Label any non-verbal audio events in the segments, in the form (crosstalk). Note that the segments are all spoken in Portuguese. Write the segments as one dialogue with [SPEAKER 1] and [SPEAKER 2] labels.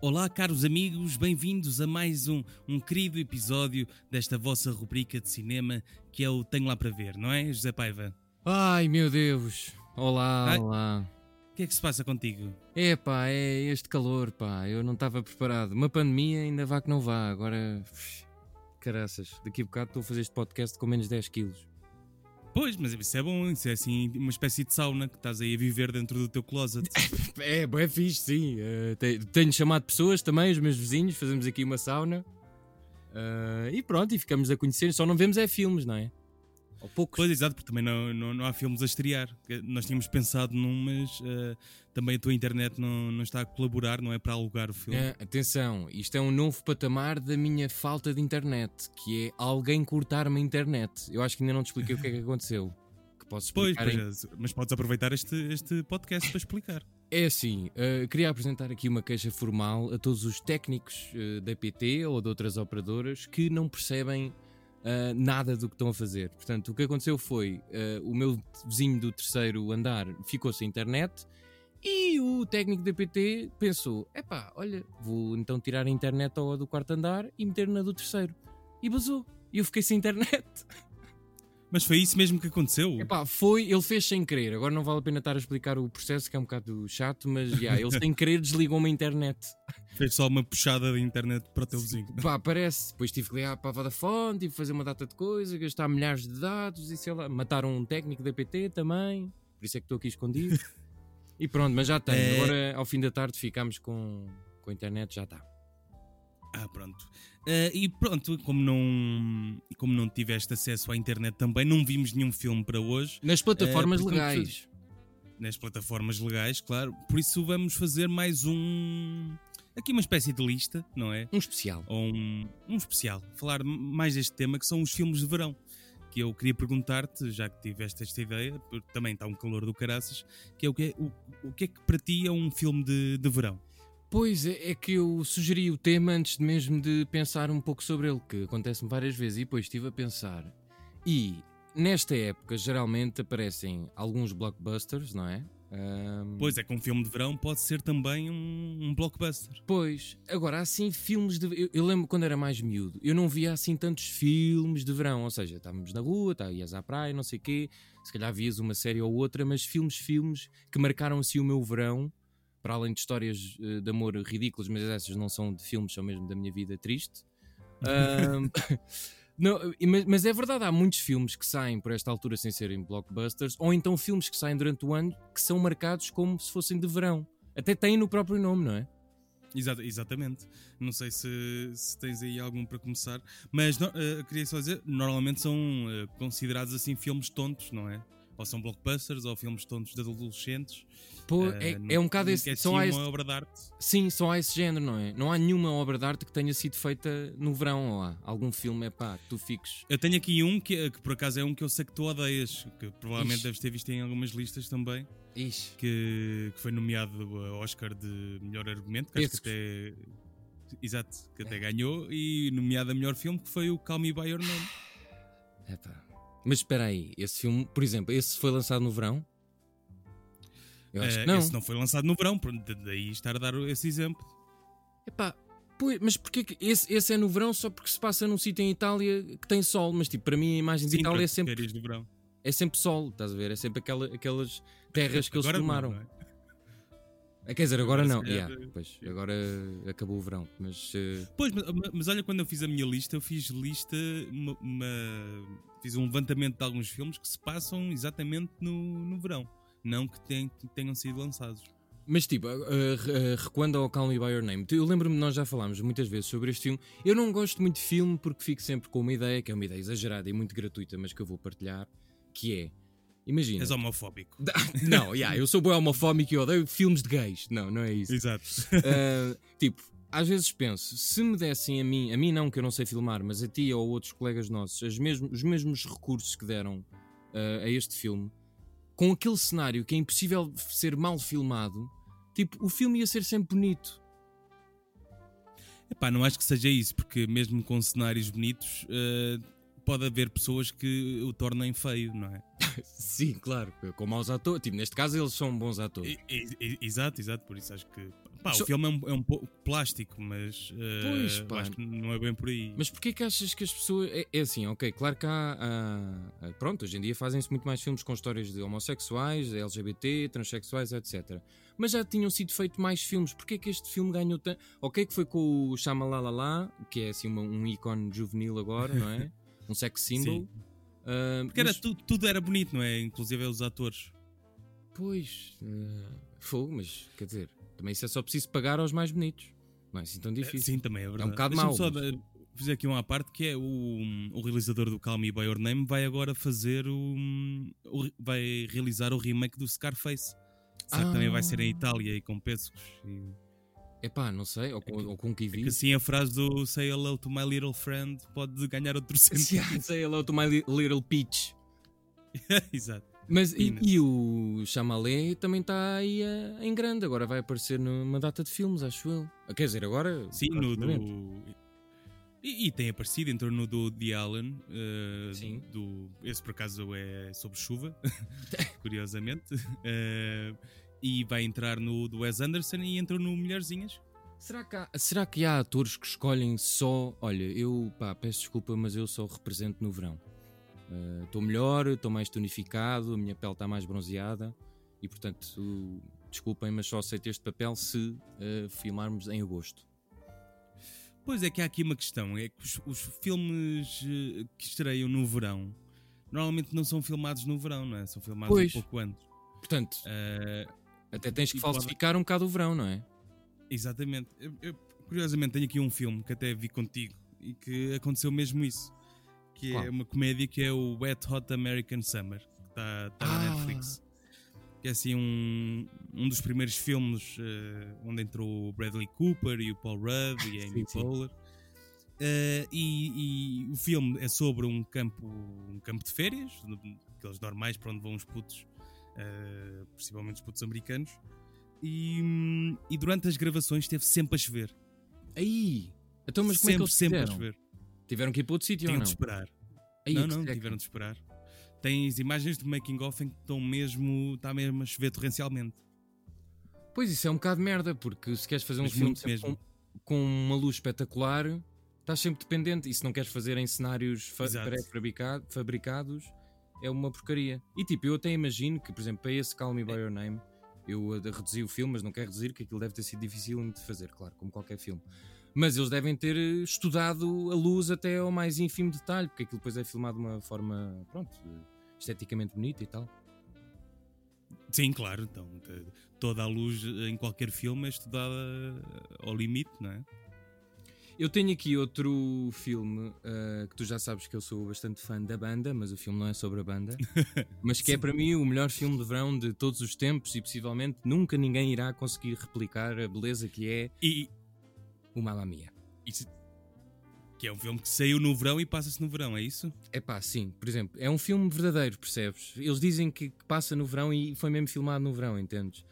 [SPEAKER 1] Olá, caros amigos, bem-vindos a mais um, um querido episódio desta vossa rubrica de cinema que é o Tenho Lá para Ver, não é, José Paiva?
[SPEAKER 2] Ai meu Deus! Olá,
[SPEAKER 1] Ai.
[SPEAKER 2] olá.
[SPEAKER 1] O que é que se passa contigo?
[SPEAKER 2] Epá, é este calor, pá. Eu não estava preparado. Uma pandemia ainda vá que não vá. Agora, pff, caraças, daqui a bocado estou a fazer este podcast com menos 10 quilos. (laughs)
[SPEAKER 1] Pois, mas isso é bom, isso é assim uma espécie de sauna que estás aí a viver dentro do teu (laughs) closet.
[SPEAKER 2] É, é fixe, sim. Eh, te- tenho chamado pessoas também, os meus vizinhos, fazemos aqui uma sauna. Ah, e pronto, e ficamos a conhecer. Só não vemos é filmes, não é? Ou poucos.
[SPEAKER 1] Pois, exato, porque também não, não, não há filmes a estrear. Que Nós tínhamos pensado num, mas eh, também a tua internet não, não está a colaborar, não é para alugar o filme.
[SPEAKER 2] Ah, atenção, isto é um novo patamar da minha falta de internet, que é alguém cortar-me a internet. Eu acho que ainda não te expliquei o que é que aconteceu. Que posso
[SPEAKER 1] Pois,
[SPEAKER 2] explicar
[SPEAKER 1] pois,
[SPEAKER 2] em-
[SPEAKER 1] é, mas podes aproveitar este, este podcast para explicar.
[SPEAKER 2] É assim, ah, queria apresentar aqui uma queixa formal a todos os técnicos ah, da PT ou de outras operadoras que não percebem ah, nada do que estão a fazer. Portanto, o que aconteceu foi, ah, o meu vizinho do terceiro andar ficou sem internet e o técnico da PT pensou, epá, olha, vou então tirar a internet ao do quarto andar e meter na do terceiro. E basou. E eu fiquei sem internet.
[SPEAKER 1] Mas foi isso mesmo que aconteceu.
[SPEAKER 2] Epá, foi, ele fez sem querer. Agora não vale a pena estar a explicar o processo, que é um bocado chato, mas já, ele sem querer desligou-me a internet.
[SPEAKER 1] Fez só uma puxada de internet para o teu vizinho.
[SPEAKER 2] Pá, parece. Depois tive que ligar para a Vodafone, tive que fazer uma data de coisa, gastar milhares de dados e sei lá. Mataram um técnico da PT também, por isso é que estou aqui escondido. E pronto, mas já tenho.
[SPEAKER 1] É.
[SPEAKER 2] Agora, ao fim da tarde, ficámos com, com a internet, já está.
[SPEAKER 1] Ah, pronto. Ah, e pronto, como não, como não tiveste acesso à internet também, não vimos nenhum filme para hoje
[SPEAKER 2] Nas plataformas
[SPEAKER 1] portanto,
[SPEAKER 2] legais.
[SPEAKER 1] nas plataformas legais, claro. Por isso vamos fazer mais um. Aqui uma espécie de lista, não é?
[SPEAKER 2] Um especial.
[SPEAKER 1] Ou um, um especial. Falar m- mais deste tema que são os filmes de verão. Que eu queria perguntar-te, já que tiveste esta ideia, porque também está um calor do caraças, que é o que é, o, o que, é que para ti é um filme de, de verão?
[SPEAKER 2] Pois é, é que eu sugeri o tema antes de mesmo de pensar um pouco sobre ele, que acontece-me várias vezes, e depois estive a pensar. E nesta época geralmente aparecem alguns blockbusters, não é? Ahm,
[SPEAKER 1] Pois é, que um filme de verão pode ser também um, um blockbuster.
[SPEAKER 2] Pois, agora, há, assim, filmes de. Eu, eu lembro quando era mais miúdo, eu não via assim tantos filmes de verão. Ou seja, estávamos na rua, tá, ias à praia, não sei o quê, se calhar vias uma série ou outra, mas filmes, filmes que marcaram assim o meu verão, para além de histórias eh, de amor ridículas, mas essas não são de filmes, são mesmo da minha vida triste. Ahm, (laughs) não, e mas, mas é verdade, há muitos filmes que saem por esta altura sem serem blockbusters, ou então filmes que saem durante o ano que são marcados como se fossem de verão. Até têm no próprio nome, não é?
[SPEAKER 1] Exa- exatamente. Não sei se, se tens aí algum para começar, mas no- eh, queria só dizer: normalmente são eh, considerados assim filmes tontos, não é? Ou são blockbusters, ou filmes tontos de adolescentes.
[SPEAKER 2] Pô,
[SPEAKER 1] Eh,
[SPEAKER 2] é,
[SPEAKER 1] nu-
[SPEAKER 2] é um bocado
[SPEAKER 1] nunca
[SPEAKER 2] esse,
[SPEAKER 1] é
[SPEAKER 2] só
[SPEAKER 1] assim
[SPEAKER 2] há
[SPEAKER 1] uma
[SPEAKER 2] esse.
[SPEAKER 1] obra de arte.
[SPEAKER 2] Sim, só há esse género, não é? Não há nenhuma obra de arte que tenha sido feita no verão, ou há algum filme, é pá, que tu fiques.
[SPEAKER 1] Eu tenho aqui um que, que por acaso é um que eu sei que tu odeias, que provavelmente
[SPEAKER 2] Ixi.
[SPEAKER 1] deves ter visto em algumas listas também,
[SPEAKER 2] Ixi.
[SPEAKER 1] que, que foi nomeado a Oscar de melhor argumento, que acho que
[SPEAKER 2] Esse
[SPEAKER 1] até. Exato, que
[SPEAKER 2] É.
[SPEAKER 1] até ganhou, e nomeado a melhor filme, que foi o Call Me By Your Name.
[SPEAKER 2] É pá. Mas espera aí, esse filme, por exemplo, esse foi lançado no verão? Eu acho
[SPEAKER 1] Eh,
[SPEAKER 2] que não.
[SPEAKER 1] Esse não foi lançado no verão, por- da- daí estar a dar esse exemplo.
[SPEAKER 2] Epá, pois, mas porquê que esse, esse é no verão só porque se passa num sítio em Itália que tem sol? Mas tipo, para mim a imagem de Itália
[SPEAKER 1] para
[SPEAKER 2] é sempre,
[SPEAKER 1] férias de verão.
[SPEAKER 2] é sempre sol, estás a ver? É sempre aquela, aquelas terras que eles
[SPEAKER 1] Agora não,
[SPEAKER 2] filmaram.
[SPEAKER 1] não é?
[SPEAKER 2] Ah, Quer dizer, agora,
[SPEAKER 1] Agora
[SPEAKER 2] não.
[SPEAKER 1] se calhar,
[SPEAKER 2] yeah,
[SPEAKER 1] eh,
[SPEAKER 2] pois, agora acabou o verão, mas. eh,
[SPEAKER 1] Pois, mas, mas olha, quando eu fiz a minha lista, eu fiz lista, uma, uma- fiz um levantamento de alguns filmes que se passam exatamente no, no verão. Não que, ten- que tenham sido lançados.
[SPEAKER 2] Mas tipo, uh, uh, recuando ao Call Me By Your Name, eu lembro-me, nós já falámos muitas vezes sobre este filme. Eu não gosto muito de filme porque fico sempre com uma ideia, que é uma ideia exagerada e muito gratuita, mas que eu vou partilhar, que é, imagina...
[SPEAKER 1] És homofóbico.
[SPEAKER 2] Não, yeah, eu sou boi homofóbico e odeio filmes de gays. Não, não é isso.
[SPEAKER 1] Exato. (laughs)
[SPEAKER 2] Uh, tipo, às vezes penso, se me dessem a mim, a mim não que eu não sei filmar, mas a ti ou a outros colegas nossos, as mesmo- os mesmos recursos que deram uh, a este filme, com aquele cenário que é impossível ser mal filmado, tipo, o filme ia ser sempre bonito. (laughs)
[SPEAKER 1] Epá, não acho que seja isso, porque mesmo com cenários bonitos, eh, pode haver pessoas que o tornem feio, não é?
[SPEAKER 2] Sim, claro, com maus atores. Tipo, neste caso eles são bons atores.
[SPEAKER 1] E- e- e- exato, exato. Por isso acho que Pá,
[SPEAKER 2] Só-
[SPEAKER 1] o filme é um, é um pouco plástico, mas eh,
[SPEAKER 2] Pois,
[SPEAKER 1] eu
[SPEAKER 2] pá.
[SPEAKER 1] acho que não é bem por aí.
[SPEAKER 2] Mas porquê que achas que as pessoas. É, é assim, ok, claro que há. ah, ah, pronto, hoje em dia fazem-se muito mais filmes com histórias de homossexuais, de LGBT, transexuais, etc. Mas já tinham sido feitos mais filmes, porquê que este filme ganhou tanto. Ok, que foi com o Shamalalala, que é assim uma- um ícone juvenil agora, não
[SPEAKER 1] (laughs)
[SPEAKER 2] é? Um sex symbol.
[SPEAKER 1] Sim.
[SPEAKER 2] Ah,
[SPEAKER 1] Porque era
[SPEAKER 2] mas-
[SPEAKER 1] tu- tudo era bonito, não é? Inclusive os atores.
[SPEAKER 2] Pois, ah, fogo, mas quer dizer, também isso é só preciso pagar aos mais bonitos. Não é assim tão
[SPEAKER 1] Eh,
[SPEAKER 2] difícil.
[SPEAKER 1] Sim, também é verdade.
[SPEAKER 2] bocado
[SPEAKER 1] Deixa-me
[SPEAKER 2] mau,
[SPEAKER 1] só
[SPEAKER 2] mas-
[SPEAKER 1] eh, fazer aqui uma à parte que é o, o realizador do Call Me By Your Name vai agora fazer o, o re- vai realizar o remake do Scarface. Será
[SPEAKER 2] Ah.
[SPEAKER 1] que também vai ser em Itália e com pescos? E...
[SPEAKER 2] Epá, não sei, ou com, ou com um
[SPEAKER 1] É
[SPEAKER 2] Kivin.
[SPEAKER 1] que
[SPEAKER 2] (laughs)
[SPEAKER 1] assim a frase do Say Hello to My Little Friend pode ganhar outro
[SPEAKER 2] Se
[SPEAKER 1] sentido.
[SPEAKER 2] há, sei lá, o To My Li- Little Peach.
[SPEAKER 1] (laughs) Exato.
[SPEAKER 2] Mas e,
[SPEAKER 1] Peanuts.
[SPEAKER 2] e o Chamalé também está aí eh, em grande, agora vai aparecer numa data de filmes, acho eu. Ah, Quer dizer, agora.
[SPEAKER 1] Sim, no
[SPEAKER 2] praticamente.
[SPEAKER 1] do. E, e tem aparecido, entrou no do The Allen. eh,
[SPEAKER 2] Sim.
[SPEAKER 1] Do, esse por acaso é sobre
[SPEAKER 2] (laughs)
[SPEAKER 1] chuva, curiosamente. Eh, e vai entrar no do Wes Anderson e entrou no Mulherzinhas.
[SPEAKER 2] Será, que há, será que há atores que escolhem só. Olha, eu pá, peço desculpa, mas eu só represento no verão. Eh, Estou melhor, estou mais tonificado, a minha pele está mais bronzeada e portanto, o- desculpem, mas só aceito este papel se eh, filmarmos em agosto.
[SPEAKER 1] Pois é que há aqui uma questão, é que os, os filmes eh, que estreiam no verão normalmente não são filmados no verão, não é? São filmados
[SPEAKER 2] Pois.
[SPEAKER 1] um pouco antes.
[SPEAKER 2] Portanto,
[SPEAKER 1] Eh,
[SPEAKER 2] até tens que
[SPEAKER 1] e pode-
[SPEAKER 2] falsificar um bocado o verão, não é?
[SPEAKER 1] Exatamente. Eu- eu, curiosamente, tenho aqui um filme que até vi contigo e que aconteceu mesmo isso. Que
[SPEAKER 2] Qual?
[SPEAKER 1] é uma comédia que é o Wet Hot American Summer, que está
[SPEAKER 2] Ah.
[SPEAKER 1] na Netflix. Que é assim um, um dos primeiros filmes eh, onde entrou o Bradley Cooper e o Paul Rudd e a Amy
[SPEAKER 2] Sim, sim.
[SPEAKER 1] Poehler. Eh, e, e o filme é sobre um campo, um campo de férias, aqueles normais para onde vão os putos, eh, principalmente os putos americanos. E, hum, e durante as gravações esteve sempre a chover.
[SPEAKER 2] Aí! Então, mas como
[SPEAKER 1] sempre,
[SPEAKER 2] é que eles
[SPEAKER 1] sempre um
[SPEAKER 2] fizeram?
[SPEAKER 1] a chover.
[SPEAKER 2] Tiveram que ir para outro sítio ou
[SPEAKER 1] Tinham
[SPEAKER 2] não?
[SPEAKER 1] de esperar.
[SPEAKER 2] Aí, é
[SPEAKER 1] não,
[SPEAKER 2] que
[SPEAKER 1] não,
[SPEAKER 2] seca.
[SPEAKER 1] tiveram de esperar. Tens imagens do making off em que estão mesmo, está mesmo a chover torrencialmente.
[SPEAKER 2] Pois isso é um bocado merda, porque se queres fazer um
[SPEAKER 1] Mas
[SPEAKER 2] filme
[SPEAKER 1] muito
[SPEAKER 2] sempre
[SPEAKER 1] mesmo.
[SPEAKER 2] Com, com uma luz espetacular, estás sempre dependente. E se não queres fazer em cenários fa
[SPEAKER 1] Exato.
[SPEAKER 2] pré-fabricados, fabricados, é uma porcaria. E tipo, eu até imagino que, por exemplo, para esse Call Me
[SPEAKER 1] É.
[SPEAKER 2] By Your Name, eu eh, reduzi o filme, mas não quero reduzir, que aquilo deve ter sido difícil de fazer, claro, como qualquer filme. Mas eles devem ter eh, estudado a luz até ao mais ínfimo detalhe, porque aquilo depois é filmado de uma forma, pronto, eh, esteticamente bonita e tal.
[SPEAKER 1] Sim, claro, então t- toda a luz eh, em qualquer filme é estudada eh, ao limite, não é?
[SPEAKER 2] Eu tenho aqui outro filme ah, que tu já sabes que eu sou bastante fã da banda, mas o filme não é sobre a banda, mas que é para mim o melhor filme de verão de todos os tempos e possivelmente nunca ninguém irá conseguir replicar a beleza que é
[SPEAKER 1] E,
[SPEAKER 2] o Mamma Mia.
[SPEAKER 1] e se- que é um filme que saiu no verão e passa-se no verão, é isso?
[SPEAKER 2] É pá, sim, por exemplo, é um filme verdadeiro, percebes? Eles dizem que, que passa no verão e foi mesmo filmado no verão, entendes?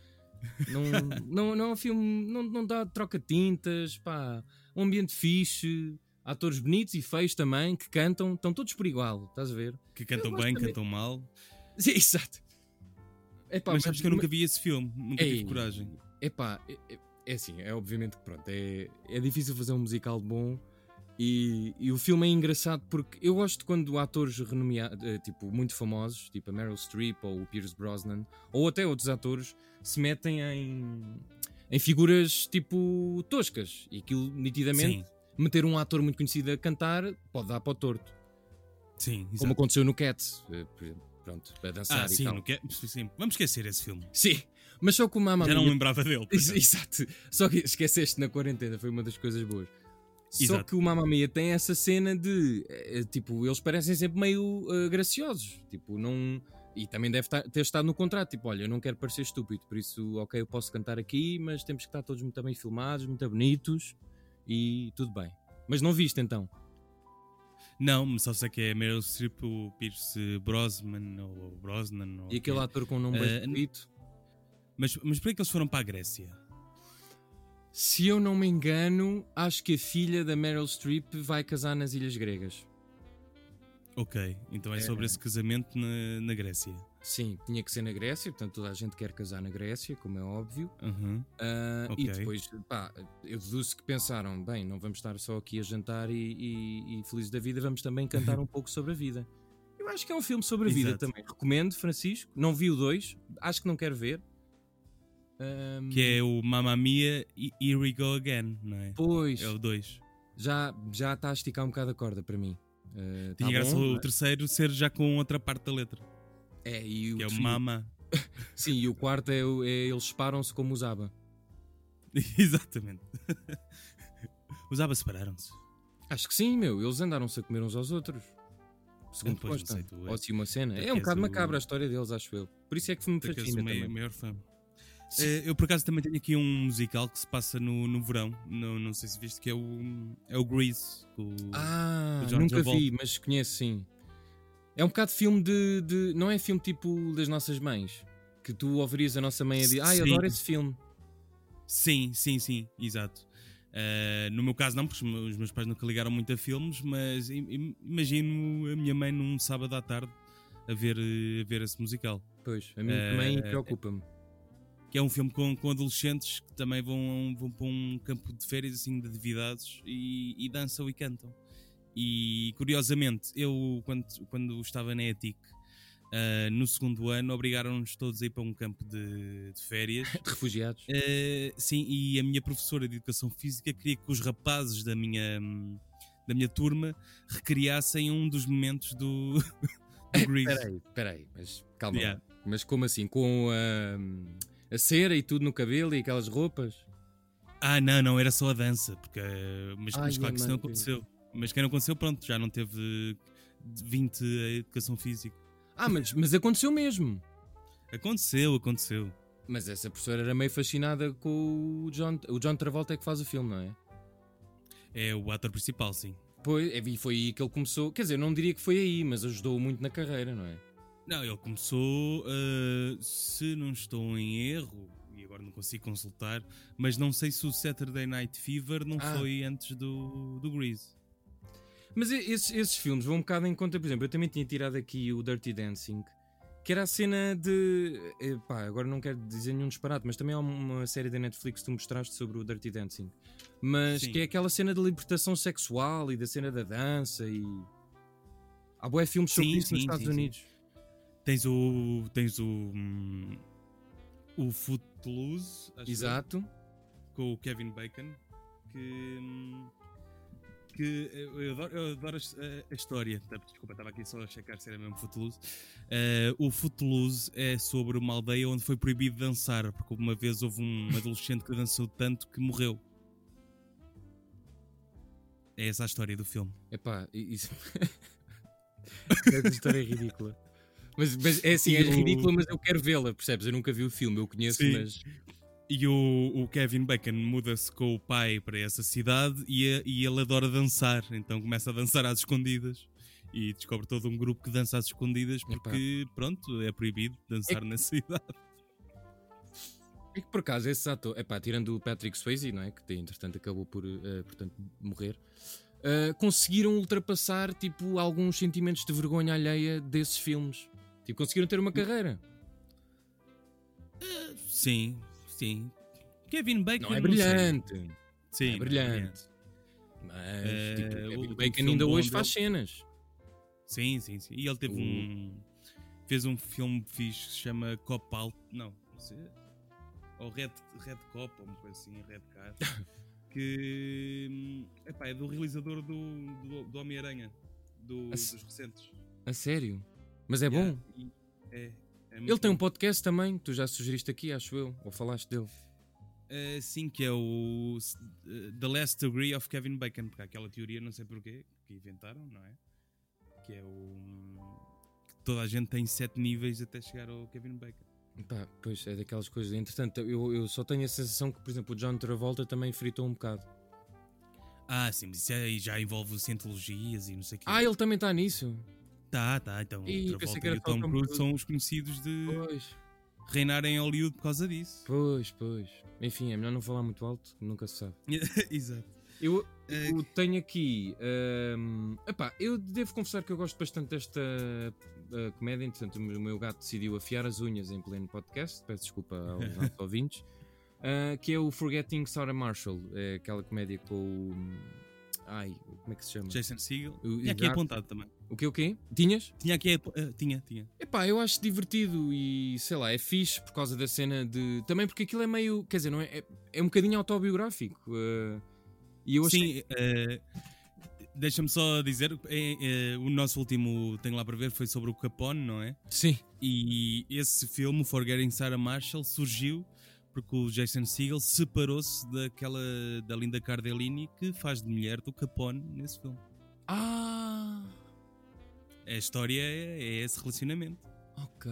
[SPEAKER 2] Não, não, não é um filme, não, não dá troca de tintas, pá, um ambiente fixe, atores bonitos e feios também, que cantam, estão todos por igual, estás a ver?
[SPEAKER 1] Que cantam
[SPEAKER 2] gosto
[SPEAKER 1] bem,
[SPEAKER 2] também.
[SPEAKER 1] cantam mal. (laughs)
[SPEAKER 2] Sim, exato. Epá,
[SPEAKER 1] mas sabes que eu nunca vi esse filme, nunca
[SPEAKER 2] Ei.
[SPEAKER 1] tive coragem.
[SPEAKER 2] Epá, é, é- é assim, é obviamente que pronto, é, é difícil fazer um musical bom e, e o filme é engraçado porque eu gosto quando atores renomeados, tipo, muito famosos, tipo a Meryl Streep ou o Pierce Brosnan, ou até outros atores, se metem em, em figuras tipo toscas e aquilo nitidamente.
[SPEAKER 1] Sim,
[SPEAKER 2] Meter um ator muito conhecido a cantar pode dar para o torto,
[SPEAKER 1] sim,
[SPEAKER 2] como então.
[SPEAKER 1] exato.
[SPEAKER 2] aconteceu no Cats, eh, por exemplo, pronto, a dançar
[SPEAKER 1] Ah,
[SPEAKER 2] e
[SPEAKER 1] sim,
[SPEAKER 2] tal.
[SPEAKER 1] não quer- sim, vamos esquecer esse filme.
[SPEAKER 2] Sim, mas só com o Mamma
[SPEAKER 1] Já não
[SPEAKER 2] Mia-
[SPEAKER 1] me lembrava dele. é. por
[SPEAKER 2] Ex-
[SPEAKER 1] acaso.
[SPEAKER 2] Exato. Só que esqueceste na quarentena, foi uma das coisas boas. Só
[SPEAKER 1] Exato.
[SPEAKER 2] que o Mamma Mia tem essa cena de, eh, tipo, eles parecem sempre meio eh, graciosos, tipo, não... E também deve ta- ter estado no contrato, tipo, olha, eu não quero parecer estúpido, por isso, ok, eu posso cantar aqui, mas temos que estar todos muito bem filmados, muito bonitos, e tudo bem. Mas não viste, então?
[SPEAKER 1] Não, mas só sei que é Meryl Streep, o Pierce Brosnan ou Brosnan. Ou
[SPEAKER 2] E aquele
[SPEAKER 1] quê.
[SPEAKER 2] ator com o nome
[SPEAKER 1] Eh,
[SPEAKER 2] bem bonito?
[SPEAKER 1] Mas, mas por que é que eles foram para a Grécia?
[SPEAKER 2] Se eu não me engano, acho que a filha da Meryl Streep vai casar nas Ilhas Gregas.
[SPEAKER 1] Ok, então é,
[SPEAKER 2] É.
[SPEAKER 1] sobre esse casamento na, na Grécia.
[SPEAKER 2] Sim, tinha que ser na Grécia, portanto toda a gente quer casar na Grécia, como é óbvio.
[SPEAKER 1] Uhum.
[SPEAKER 2] Ah,
[SPEAKER 1] Ok.
[SPEAKER 2] E depois, pá, eu deduzo que pensaram: bem, não vamos estar só aqui a jantar e, e- e felizes da vida, vamos também cantar
[SPEAKER 1] (laughs)
[SPEAKER 2] um pouco sobre a vida. Eu acho que é um filme sobre a vida
[SPEAKER 1] Exato.
[SPEAKER 2] também. Recomendo, Francisco. Não vi o 2, acho que não quero ver. Ah,
[SPEAKER 1] Que é
[SPEAKER 2] Uhum.
[SPEAKER 1] o Mamma Mia e Here We Go Again, não é?
[SPEAKER 2] Pois,
[SPEAKER 1] É o 2.
[SPEAKER 2] já já está a esticar um bocado a corda para mim. Ah,
[SPEAKER 1] Tinha
[SPEAKER 2] tá
[SPEAKER 1] graça
[SPEAKER 2] bom,
[SPEAKER 1] o terceiro ser já com outra parte da letra,
[SPEAKER 2] é, e o,
[SPEAKER 1] que é o
[SPEAKER 2] e o-
[SPEAKER 1] Mama.
[SPEAKER 2] Sim, e o quarto é, o- é eles separam-se como usava.
[SPEAKER 1] (laughs) Exatamente. (laughs) Os abas separaram-se.
[SPEAKER 2] Acho que sim, meu. Eles andaram-se a comer uns aos outros. Segundo
[SPEAKER 1] Depois, não
[SPEAKER 2] consta.
[SPEAKER 1] sei, tu é-
[SPEAKER 2] Ou se uma cena.
[SPEAKER 1] tu é
[SPEAKER 2] É
[SPEAKER 1] que
[SPEAKER 2] um
[SPEAKER 1] és
[SPEAKER 2] bocado
[SPEAKER 1] o-
[SPEAKER 2] macabra a história deles, acho eu. Por isso é que me
[SPEAKER 1] Tu é que és
[SPEAKER 2] fascina
[SPEAKER 1] o mai-
[SPEAKER 2] também.
[SPEAKER 1] maior fã.
[SPEAKER 2] Sim.
[SPEAKER 1] Eh, eu por acaso também tenho aqui um musical que se passa no, no verão. Não, não sei se viste que é o, é o Grease. com o-
[SPEAKER 2] Ah,
[SPEAKER 1] o John
[SPEAKER 2] nunca vi,
[SPEAKER 1] Travolta.
[SPEAKER 2] mas conheço sim. É um bocado filme de, de- Não é filme tipo das nossas mães. Que tu ouvirias a nossa mãe a dizer, ah, eu
[SPEAKER 1] Sim.
[SPEAKER 2] adoro esse filme.
[SPEAKER 1] Sim, sim, sim, exato. Eh, no meu caso não, porque os me- os meus pais nunca ligaram muito a filmes, mas im- im- imagino a minha mãe num sábado à tarde a ver, eh, a ver esse musical.
[SPEAKER 2] Pois, a mim
[SPEAKER 1] Eh,
[SPEAKER 2] também
[SPEAKER 1] eh,
[SPEAKER 2] preocupa-me.
[SPEAKER 1] que é um filme com, com adolescentes que também vão, vão para um campo de férias assim de devidados e, e dançam e cantam. E curiosamente, eu quando, quando estava na ETIC, ah, no segundo ano, obrigaram-nos todos a ir para um campo de, de férias.
[SPEAKER 2] De refugiados.
[SPEAKER 1] Ah, sim, e a minha professora de educação física queria que os rapazes da minha, hum, da minha turma recriassem um dos momentos do, (laughs) do Grease.
[SPEAKER 2] Peraí, peraí, mas calma. lá.
[SPEAKER 1] Yeah.
[SPEAKER 2] Mas como assim? Com a, a cera e tudo no cabelo e aquelas roupas?
[SPEAKER 1] Ah, não, não, era só a dança, porque, eh, mas,
[SPEAKER 2] Ai,
[SPEAKER 1] mas claro que isso não
[SPEAKER 2] amante.
[SPEAKER 1] aconteceu. Mas quem não aconteceu, pronto, já não teve eh, 20 a educação física.
[SPEAKER 2] Ah, mas, mas aconteceu mesmo.
[SPEAKER 1] Aconteceu, aconteceu.
[SPEAKER 2] Mas essa professora era meio fascinada com o John, o John Travolta é que faz o filme, não é?
[SPEAKER 1] É o ator principal, sim.
[SPEAKER 2] Pois, é, e foi aí que ele começou. Quer dizer, não diria que foi aí, mas ajudou muito na carreira, não é?
[SPEAKER 1] Não, ele começou, eh, se não estou em erro, e agora não consigo consultar, mas não sei se o Saturday Night Fever não
[SPEAKER 2] Ah.
[SPEAKER 1] foi antes do, do Grease.
[SPEAKER 2] Mas e- esses, esses filmes vão um bocado em conta, por exemplo, eu também tinha tirado aqui o Dirty Dancing, que era a cena de. eh, Pá, agora não quero dizer nenhum disparate, mas também há uma série da Netflix que tu mostraste sobre o Dirty Dancing. Mas
[SPEAKER 1] Sim.
[SPEAKER 2] que é aquela cena da libertação sexual e da cena da dança e. Há boé filmes sobre
[SPEAKER 1] Sim,
[SPEAKER 2] isso nos
[SPEAKER 1] sim,
[SPEAKER 2] Estados
[SPEAKER 1] sim, sim.
[SPEAKER 2] Unidos.
[SPEAKER 1] Tens o. Tens o. hum, o Footloose, acho que é.
[SPEAKER 2] Exato.
[SPEAKER 1] com o Kevin Bacon que, hum, que eu eu adoro, eu adoro a, a- a história. Tá, Desculpa, estava aqui só a checar se era mesmo Footloose. Eh, o Footloose é sobre uma aldeia onde foi proibido dançar, porque uma vez houve um adolescente que dançou tanto que morreu. É essa a história do filme.
[SPEAKER 2] Epá,
[SPEAKER 1] (laughs)
[SPEAKER 2] i- isso. Essa história é ridícula. Mas, mas é assim,
[SPEAKER 1] E
[SPEAKER 2] é
[SPEAKER 1] o-
[SPEAKER 2] ridícula, mas eu quero vê-la, percebes? Eu nunca vi o filme, eu conheço,
[SPEAKER 1] Sim.
[SPEAKER 2] mas.
[SPEAKER 1] E o, o Kevin Bacon muda-se com o pai para essa cidade e, a- e ele adora dançar, então começa a dançar às escondidas e descobre todo um grupo que dança às escondidas
[SPEAKER 2] Epá.
[SPEAKER 1] porque, pronto, é proibido dançar na (laughs) cidade.
[SPEAKER 2] É que por acaso esse ator, epá, tirando o Patrick Swayze, não é? Que entretanto acabou por eh, portanto, morrer, eh, conseguiram ultrapassar tipo alguns sentimentos de vergonha alheia desses filmes. Tipo, conseguiram ter uma carreira.
[SPEAKER 1] Sim, sim. Kevin Bacon
[SPEAKER 2] Não é
[SPEAKER 1] sei.
[SPEAKER 2] brilhante,
[SPEAKER 1] Sim, não
[SPEAKER 2] não é
[SPEAKER 1] é
[SPEAKER 2] brilhante. Mas
[SPEAKER 1] Eh,
[SPEAKER 2] tipo,
[SPEAKER 1] o-
[SPEAKER 2] Kevin
[SPEAKER 1] o
[SPEAKER 2] Bacon
[SPEAKER 1] filme
[SPEAKER 2] ainda
[SPEAKER 1] bom
[SPEAKER 2] hoje
[SPEAKER 1] dele-
[SPEAKER 2] faz cenas.
[SPEAKER 1] Sim, sim, sim. E ele teve
[SPEAKER 2] O-
[SPEAKER 1] um. Fez um filme fixe que se chama Cop Out. Não, não sei. Ou Red, Red Cop, ou uma coisa assim, Red
[SPEAKER 2] (laughs)
[SPEAKER 1] Car. que. hum, Epá, é do realizador do, do, do Homem-Aranha. do-
[SPEAKER 2] A s-
[SPEAKER 1] dos recentes.
[SPEAKER 2] A sério. Mas é
[SPEAKER 1] Yeah,
[SPEAKER 2] bom.
[SPEAKER 1] e- é. é muito
[SPEAKER 2] Ele tem um
[SPEAKER 1] bom.
[SPEAKER 2] podcast também, tu já sugeriste aqui, acho eu, ou falaste dele.
[SPEAKER 1] Eh, sim, que é o s- eh, The Last Degree of Kevin Bacon, porque há aquela teoria, não sei porquê, que inventaram, não é? Que é o. que toda a gente tem sete níveis até chegar ao Kevin Bacon.
[SPEAKER 2] Pá, pois é daquelas coisas. Entretanto, eu, eu só tenho a sensação que, por exemplo, o John Travolta também fritou um bocado.
[SPEAKER 1] Ah, sim, mas isso aí já envolve cientologias e não sei o quê.
[SPEAKER 2] Ah, ele também está nisso.
[SPEAKER 1] Tá, tá, então o
[SPEAKER 2] Ih,
[SPEAKER 1] Travolta
[SPEAKER 2] pensei que
[SPEAKER 1] e
[SPEAKER 2] era
[SPEAKER 1] o
[SPEAKER 2] só um o
[SPEAKER 1] Tom
[SPEAKER 2] Tom
[SPEAKER 1] Cruise
[SPEAKER 2] Cruise.
[SPEAKER 1] são os conhecidos de
[SPEAKER 2] Pois.
[SPEAKER 1] reinar em Hollywood por causa disso.
[SPEAKER 2] Pois, pois. Enfim, é melhor não falar muito alto, nunca se sabe.
[SPEAKER 1] (laughs) Exato.
[SPEAKER 2] Eu,
[SPEAKER 1] Eh,
[SPEAKER 2] Eu tenho aqui. hum, epá, eu devo confessar que eu gosto bastante desta uh, comédia. Entretanto, o meu gato decidiu afiar as unhas em pleno podcast. Peço desculpa
[SPEAKER 1] (laughs)
[SPEAKER 2] aos nossos ouvintes. Uh, que é o Forgetting Sarah Marshall. É aquela comédia com o. Ai, como é que se chama?
[SPEAKER 1] Jason Segel.
[SPEAKER 2] O-
[SPEAKER 1] Tinha aqui
[SPEAKER 2] exato.
[SPEAKER 1] apontado também.
[SPEAKER 2] O que o quê? Tinhas?
[SPEAKER 1] Tinha aqui. apo- eh, tinha, tinha.
[SPEAKER 2] Epá, eu acho divertido e sei lá, é fixe por causa da cena de. Também porque aquilo é meio. Quer dizer, não é, é, é um bocadinho autobiográfico. uh, e eu achei.
[SPEAKER 1] Sim, eh, deixa-me só dizer, eh, eh, o nosso último Tenho Lá para Ver foi sobre o Capone, não é?
[SPEAKER 2] Sim.
[SPEAKER 1] E esse filme, Forgetting Sarah Marshall, surgiu porque o Jason Segel separou-se daquela da Linda Cardellini que faz de mulher do Capone nesse filme.
[SPEAKER 2] Ah!
[SPEAKER 1] A história é, é esse relacionamento.
[SPEAKER 2] Ok.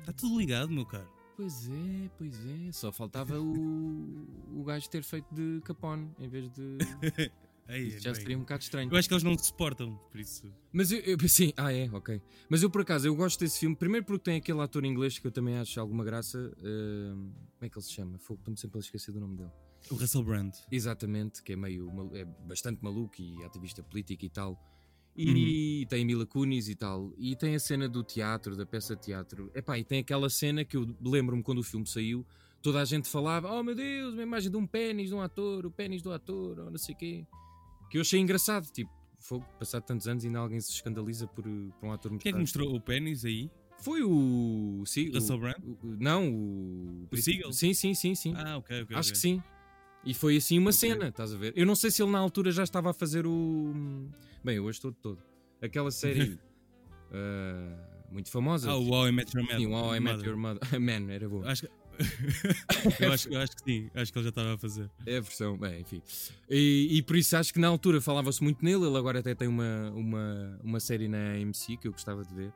[SPEAKER 1] Está tudo ligado, meu caro.
[SPEAKER 2] Pois é, pois é. Só faltava o, o gajo ter feito de Capone em vez de.
[SPEAKER 1] Ei,
[SPEAKER 2] Isso já
[SPEAKER 1] bem,
[SPEAKER 2] seria um bocado estranho.
[SPEAKER 1] Eu acho que eles não se suportam, por isso.
[SPEAKER 2] Mas eu, eu- Sim, ah, é, ok. Mas eu por acaso eu gosto desse filme. Primeiro porque tem aquele ator inglês que eu também acho alguma graça. hum, como é que ele se chama? Fogo, Estou-me sempre a esquecer do nome dele.
[SPEAKER 1] O Russell Brand.
[SPEAKER 2] Exatamente, que é meio malu- é bastante maluco e ativista político e tal. E
[SPEAKER 1] Uhum.
[SPEAKER 2] tem Mila Kunis e tal. E tem a cena do teatro, da peça de teatro. Epá, e tem aquela cena que eu lembro-me quando o filme saiu, toda a gente falava: Oh meu Deus, uma imagem de um pênis de um ator, o pênis do ator, ou não sei o quê. Que eu achei engraçado, tipo. Fogo, passado tantos anos ainda alguém se escandaliza por, uh, por um ator
[SPEAKER 1] Quem é que
[SPEAKER 2] mostrar.
[SPEAKER 1] mostrou o pênis aí?
[SPEAKER 2] Foi o. Sim, o-
[SPEAKER 1] Russell Brand?
[SPEAKER 2] o- não, o.
[SPEAKER 1] Seagal?
[SPEAKER 2] Sim, sim, sim, sim.
[SPEAKER 1] Ah, ok, ok.
[SPEAKER 2] Acho
[SPEAKER 1] ok.
[SPEAKER 2] que sim. E foi assim uma
[SPEAKER 1] Ok.
[SPEAKER 2] cena, estás a ver? Eu não sei se ele na altura já estava a fazer o. hum, Bem, eu hoje estou de todo. Aquela série
[SPEAKER 1] (laughs)
[SPEAKER 2] ah, muito famosa.
[SPEAKER 1] Ah, o How I Met Your
[SPEAKER 2] Sim, o How I Met
[SPEAKER 1] Mother. Ah.
[SPEAKER 2] Your Mother. (laughs) Man, era boa.
[SPEAKER 1] Acho que... eu, acho, eu acho que (laughs) sim, acho que ele já estava a fazer.
[SPEAKER 2] É a versão, bem, enfim. E, e por isso acho que na altura falava-se muito nele. Ele agora até tem uma, uma, uma série na AMC que eu gostava de ver.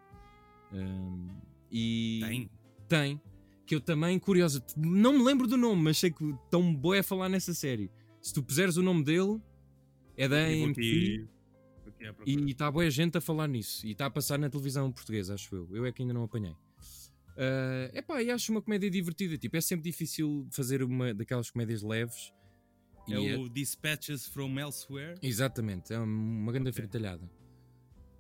[SPEAKER 2] Ah, e
[SPEAKER 1] Tem.
[SPEAKER 2] Tem. Que eu também, curioso, não me lembro do nome, mas sei que tão boa é falar nessa série. Se tu puseres o nome dele, é da
[SPEAKER 1] Eu vou
[SPEAKER 2] AMC
[SPEAKER 1] aqui- vou aqui à procura.
[SPEAKER 2] e está boa gente a falar nisso. E está a passar na televisão portuguesa, acho eu. Eu é que ainda não apanhei. Ah, epá, e acho uma comédia divertida. Tipo, é sempre difícil fazer uma daquelas comédias leves. E
[SPEAKER 1] É
[SPEAKER 2] é-
[SPEAKER 1] o Dispatches from Elsewhere.
[SPEAKER 2] Exatamente, é uma grande
[SPEAKER 1] Ok.
[SPEAKER 2] fritalhada.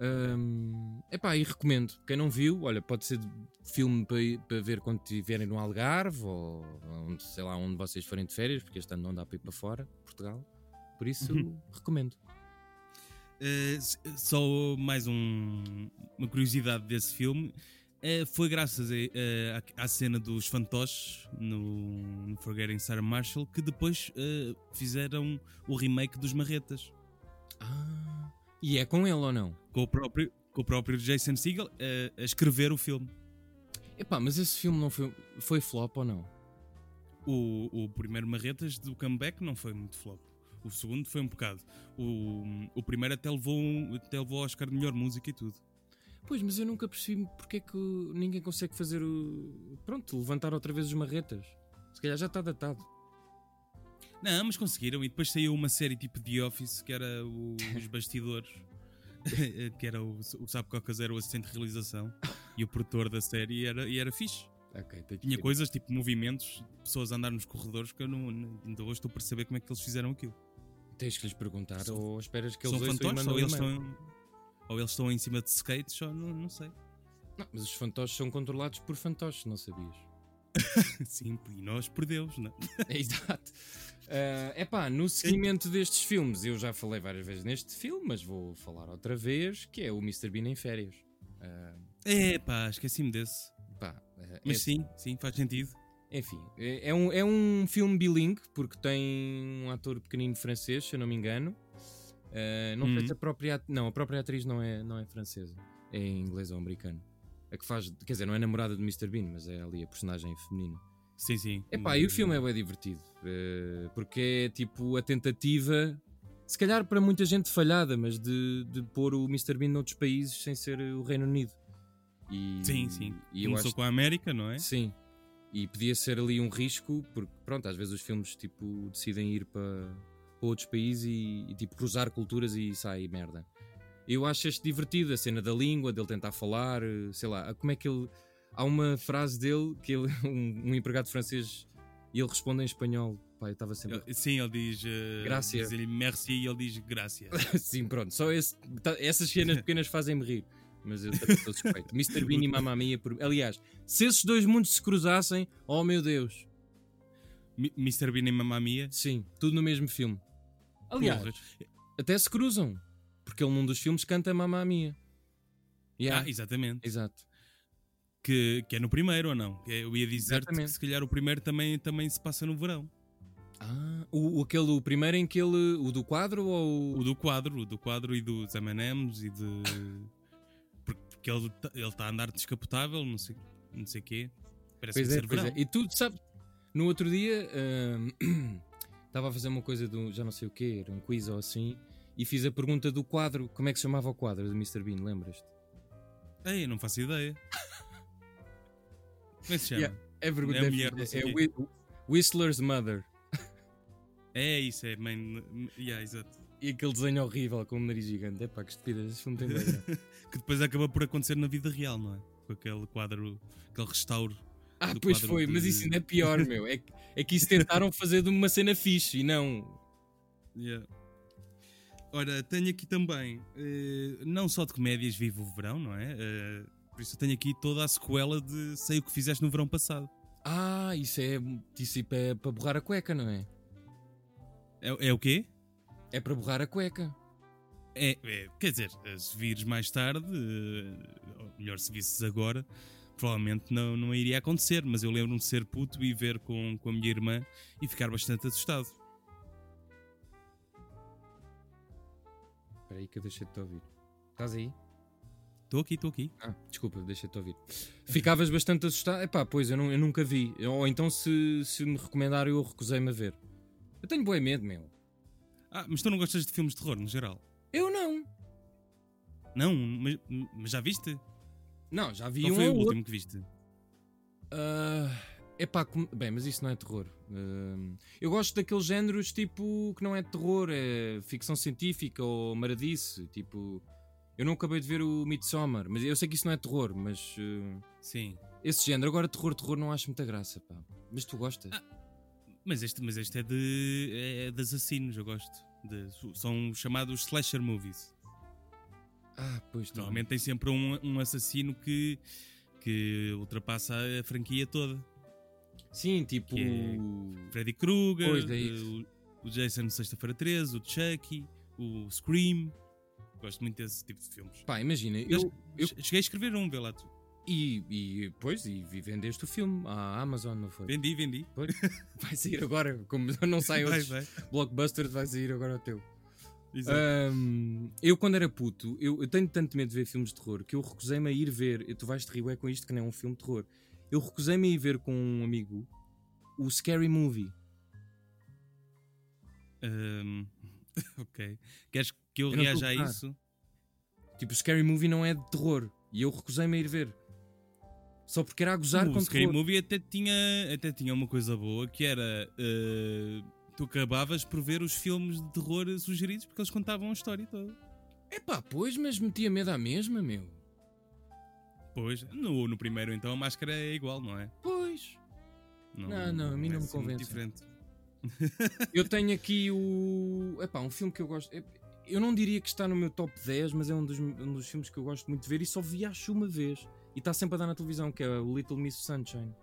[SPEAKER 2] Hum, epá, e recomendo. Quem não viu, olha, pode ser de- filme para, ir- para ver quando estiverem no Algarve ou onde, sei lá onde vocês forem de férias, porque este ano não dá para ir para fora, Portugal. Por isso,
[SPEAKER 1] Uhum.
[SPEAKER 2] recomendo.
[SPEAKER 1] Eh, s- só mais um, uma curiosidade desse filme. Eh, foi graças a- eh, à, à cena dos fantoches no, no Forgetting Sarah Marshall que depois eh, fizeram o remake dos Marretas
[SPEAKER 2] Ah, e é com ele ou não?
[SPEAKER 1] com o próprio, com o próprio Jason Segel eh, a escrever o filme.
[SPEAKER 2] Epá, mas esse filme não foi, foi flop ou não?
[SPEAKER 1] O, o primeiro Marretas do comeback não foi muito flop. O segundo foi um bocado. O, o primeiro até levou, um- até levou ao Oscar de melhor música e tudo.
[SPEAKER 2] Pois, mas eu nunca percebi porque é que ninguém consegue fazer o. Pronto, levantar outra vez os marretas. Se calhar já está datado.
[SPEAKER 1] Não, mas conseguiram. E depois saiu uma série tipo The Office, que era o-
[SPEAKER 2] (laughs)
[SPEAKER 1] os bastidores, (laughs) que era o, o Sabe Cocas era o assistente de realização e o produtor da série, e era, e era fixe.
[SPEAKER 2] Ok, tem que
[SPEAKER 1] Tinha
[SPEAKER 2] ver.
[SPEAKER 1] coisas tipo movimentos, pessoas a andar nos corredores, que eu não, ainda hoje estou a perceber como é que eles fizeram aquilo.
[SPEAKER 2] Tens que lhes perguntar
[SPEAKER 1] São-
[SPEAKER 2] ou esperas que
[SPEAKER 1] São
[SPEAKER 2] eles ouçam e
[SPEAKER 1] fantoches
[SPEAKER 2] mandam
[SPEAKER 1] ou eles,
[SPEAKER 2] e-mail.
[SPEAKER 1] estão, ou eles estão em cima de skates, ou não, não sei. (laughs)
[SPEAKER 2] Não, mas os fantoches são controlados por fantoches, não sabias? (laughs)
[SPEAKER 1] Sim, e nós perdemos, não
[SPEAKER 2] É, Exato. É epá, no seguimento destes filmes, eu já falei várias vezes neste filme, mas vou falar outra vez, que é o Mr. Bean em férias. Ah,
[SPEAKER 1] é? pá, esqueci-me desse.
[SPEAKER 2] pá, eh,
[SPEAKER 1] Mas
[SPEAKER 2] é-
[SPEAKER 1] sim, sim, faz sentido.
[SPEAKER 2] Enfim, é, é um, é um filme bilingue, porque tem um ator pequenino francês, se eu não me engano. Ah, não
[SPEAKER 1] Uhum.
[SPEAKER 2] sei se a própria, at- não, a própria atriz não é, não é francesa, é inglesa ou americana. A que faz, quer dizer, não é namorada do Mr. Bean, mas é ali a personagem feminina.
[SPEAKER 1] Sim, sim.
[SPEAKER 2] Epá, e o filme é bem divertido, eh, porque é tipo a tentativa, se calhar para muita gente falhada, mas de, de pôr o Mr. Bean noutros países sem ser o Reino Unido. E-
[SPEAKER 1] Sim, sim.
[SPEAKER 2] E eu
[SPEAKER 1] Começou
[SPEAKER 2] acho
[SPEAKER 1] com a América, não é?
[SPEAKER 2] Sim. E podia ser ali um risco, porque pronto, às vezes os filmes tipo decidem ir para, para outros países e, e, tipo cruzar culturas e sai merda. Eu acho este divertido, a cena da língua, dele tentar falar, eh, sei lá, a- como é que ele. (laughs) Há uma frase dele que ele, um, um empregado francês e ele responde em espanhol. pá, eu estava (laughs) sempre.
[SPEAKER 1] Ele- Sim, ele diz. eh,
[SPEAKER 2] Gracia.
[SPEAKER 1] Diz-lhe merci e ele diz gracia.
[SPEAKER 2] Sim, assim, pronto, só esse- tá- essas cenas pequenas fazem-me rir. Mas eu também sou (laughs) suspeito. Mr. Bean e Mamma Mia. Por... Aliás, se esses dois mundos se cruzassem, oh meu Deus.
[SPEAKER 1] Mi- Mr. Bean e Mamma Mia.
[SPEAKER 2] Sim, tudo no mesmo filme. Aliás,
[SPEAKER 1] Porras.
[SPEAKER 2] até se cruzam. Porque ele num dos filmes canta Mamma Mia. Yeah,
[SPEAKER 1] Ah, exatamente.
[SPEAKER 2] exato.
[SPEAKER 1] Que, que é no primeiro ou não? Eu ia dizer que
[SPEAKER 2] Exatamente.
[SPEAKER 1] se calhar o primeiro também, também se passa no verão.
[SPEAKER 2] Ah, o, o aquele, o primeiro em que ele. O do quadro ou.
[SPEAKER 1] O do quadro, o do quadro e dos M&M's e de... (laughs) Por- Porque ele tá- ele está a andar descapotável, não sei não sei quê. Parece
[SPEAKER 2] Pois
[SPEAKER 1] um
[SPEAKER 2] é,
[SPEAKER 1] ser
[SPEAKER 2] pois
[SPEAKER 1] verão.
[SPEAKER 2] é. E tu sabes, no outro dia ahm, (clears throat) estava a fazer uma coisa do já não sei o quê, era um quiz ou assim, e fiz a pergunta do quadro, como é que se chamava o quadro do Mr. Bean, lembras-te?
[SPEAKER 1] Ei, não faço
[SPEAKER 2] (laughs)
[SPEAKER 1] ideia. Como é que se chama?
[SPEAKER 2] Yeah. É
[SPEAKER 1] É a mulher, não sei
[SPEAKER 2] é
[SPEAKER 1] o
[SPEAKER 2] Whi- Whistler's Mother.
[SPEAKER 1] É isso, é main... Yeah, exato.
[SPEAKER 2] E aquele desenho horrível com o nariz gigante. É pá, que estupidez, isso não tem ideia.
[SPEAKER 1] Que depois acaba por acontecer na vida real, não é? Com aquele quadro, aquele restauro.
[SPEAKER 2] Ah,
[SPEAKER 1] Do
[SPEAKER 2] pois
[SPEAKER 1] quadro
[SPEAKER 2] foi, mas
[SPEAKER 1] de-
[SPEAKER 2] isso ainda é pior, meu. É, que- é que isso tentaram fazer de uma cena fixe e não.
[SPEAKER 1] Yeah. Ora, tenho aqui também, eh, não só de comédias vivo o verão, não é? Eh, por isso eu tenho aqui toda a sequela de Sei o que fizeste no verão passado.
[SPEAKER 2] Ah, isso é, isso é para- para borrar a cueca, não é?
[SPEAKER 1] É, é o quê?
[SPEAKER 2] É para borrar a cueca.
[SPEAKER 1] É, é, quer dizer, eh, se vires mais tarde, eh, ou melhor, se visses agora, provavelmente não, não iria acontecer. Mas eu lembro-me de ser puto e ver com, com a minha irmã e ficar bastante assustado.
[SPEAKER 2] Espera aí que eu deixei-te ouvir. Estás aí?
[SPEAKER 1] Estou aqui, estou aqui.
[SPEAKER 2] Ah, desculpa, deixei-te ouvir. Ficavas bastante assustado. Epá, pois, eu, nu- eu nunca vi. Ou então, se, se me recomendaram, eu recusei-me a ver. Eu tenho boi medo, meu.
[SPEAKER 1] Ah, mas tu não gostas de filmes de terror no geral?
[SPEAKER 2] Eu não.
[SPEAKER 1] Não, mas, mas já viste?
[SPEAKER 2] Não, já vi
[SPEAKER 1] Qual
[SPEAKER 2] um
[SPEAKER 1] foi
[SPEAKER 2] ou
[SPEAKER 1] o
[SPEAKER 2] outro.
[SPEAKER 1] último que viste?
[SPEAKER 2] Ah, epá, com- bem, mas isso não é terror. Ah, eu gosto daqueles géneros, tipo, que não é terror. É ficção científica ou maradice. Tipo, eu não acabei de ver o Midsommar. Mas eu sei que isso não é terror, mas... ah,
[SPEAKER 1] Sim.
[SPEAKER 2] esse género. Agora, terror, terror, não acho muita graça, pá. Mas tu gostas?
[SPEAKER 1] Mas este, mas este é, de, é de assassinos, eu gosto. De- são os chamados slasher movies.
[SPEAKER 2] Ah, pois, tá bem.
[SPEAKER 1] Normalmente tem sempre um, um assassino que, que ultrapassa a franquia toda.
[SPEAKER 2] Sim, tipo.
[SPEAKER 1] Que Freddy Krueger,
[SPEAKER 2] Pois, é
[SPEAKER 1] eh,
[SPEAKER 2] isso.
[SPEAKER 1] o, o Jason de Sexta-feira 13, o Chucky, o Scream. Gosto muito desse tipo de filmes.
[SPEAKER 2] Pá, imagina, eu. eu-
[SPEAKER 1] Che- Cheguei a escrever um, vê lá tu.
[SPEAKER 2] E, e pois, e vi- vendeste o filme à Amazon, não foi?
[SPEAKER 1] Vendi, vendi.
[SPEAKER 2] Vai sair agora, como (laughs) não sai
[SPEAKER 1] vai,
[SPEAKER 2] outros
[SPEAKER 1] vai.
[SPEAKER 2] blockbusters, vai sair agora o teu.
[SPEAKER 1] Exato.
[SPEAKER 2] Ahm, eu, quando era puto, eu, eu tenho tanto medo de ver filmes de terror que eu recusei-me a ir ver. e Tu vais-te rir é com isto que não é um filme de terror. Eu recusei-me a ir ver com um amigo o Scary Movie.
[SPEAKER 1] Ahm, (laughs) ok. Queres que eu,
[SPEAKER 2] Ah. Eu não
[SPEAKER 1] reaja
[SPEAKER 2] estou
[SPEAKER 1] a
[SPEAKER 2] a gostar.
[SPEAKER 1] isso?
[SPEAKER 2] Tipo, o Scary Movie não é de terror. E eu recusei-me a ir ver. Só porque era a gozar
[SPEAKER 1] o
[SPEAKER 2] com
[SPEAKER 1] Uh, Scary
[SPEAKER 2] terror.
[SPEAKER 1] Movie até tinha, até tinha uma coisa boa que era. eh, tu acabavas por ver os filmes de terror sugeridos porque eles contavam a história toda.
[SPEAKER 2] Epá, pois, mas metia medo à mesma, meu.
[SPEAKER 1] Pois, no, no primeiro então a máscara é igual, não é?
[SPEAKER 2] Pois. Não, não, a mim
[SPEAKER 1] assim
[SPEAKER 2] não me
[SPEAKER 1] muito
[SPEAKER 2] convence.
[SPEAKER 1] diferente.
[SPEAKER 2] Eu tenho aqui o. Epá, um filme que eu gosto. ep- Eu não diria que está no meu top 10, mas é um dos, um dos filmes que eu gosto muito de ver e só vi acho uma vez. E está sempre a dar na televisão, que é o Little Miss Sunshine.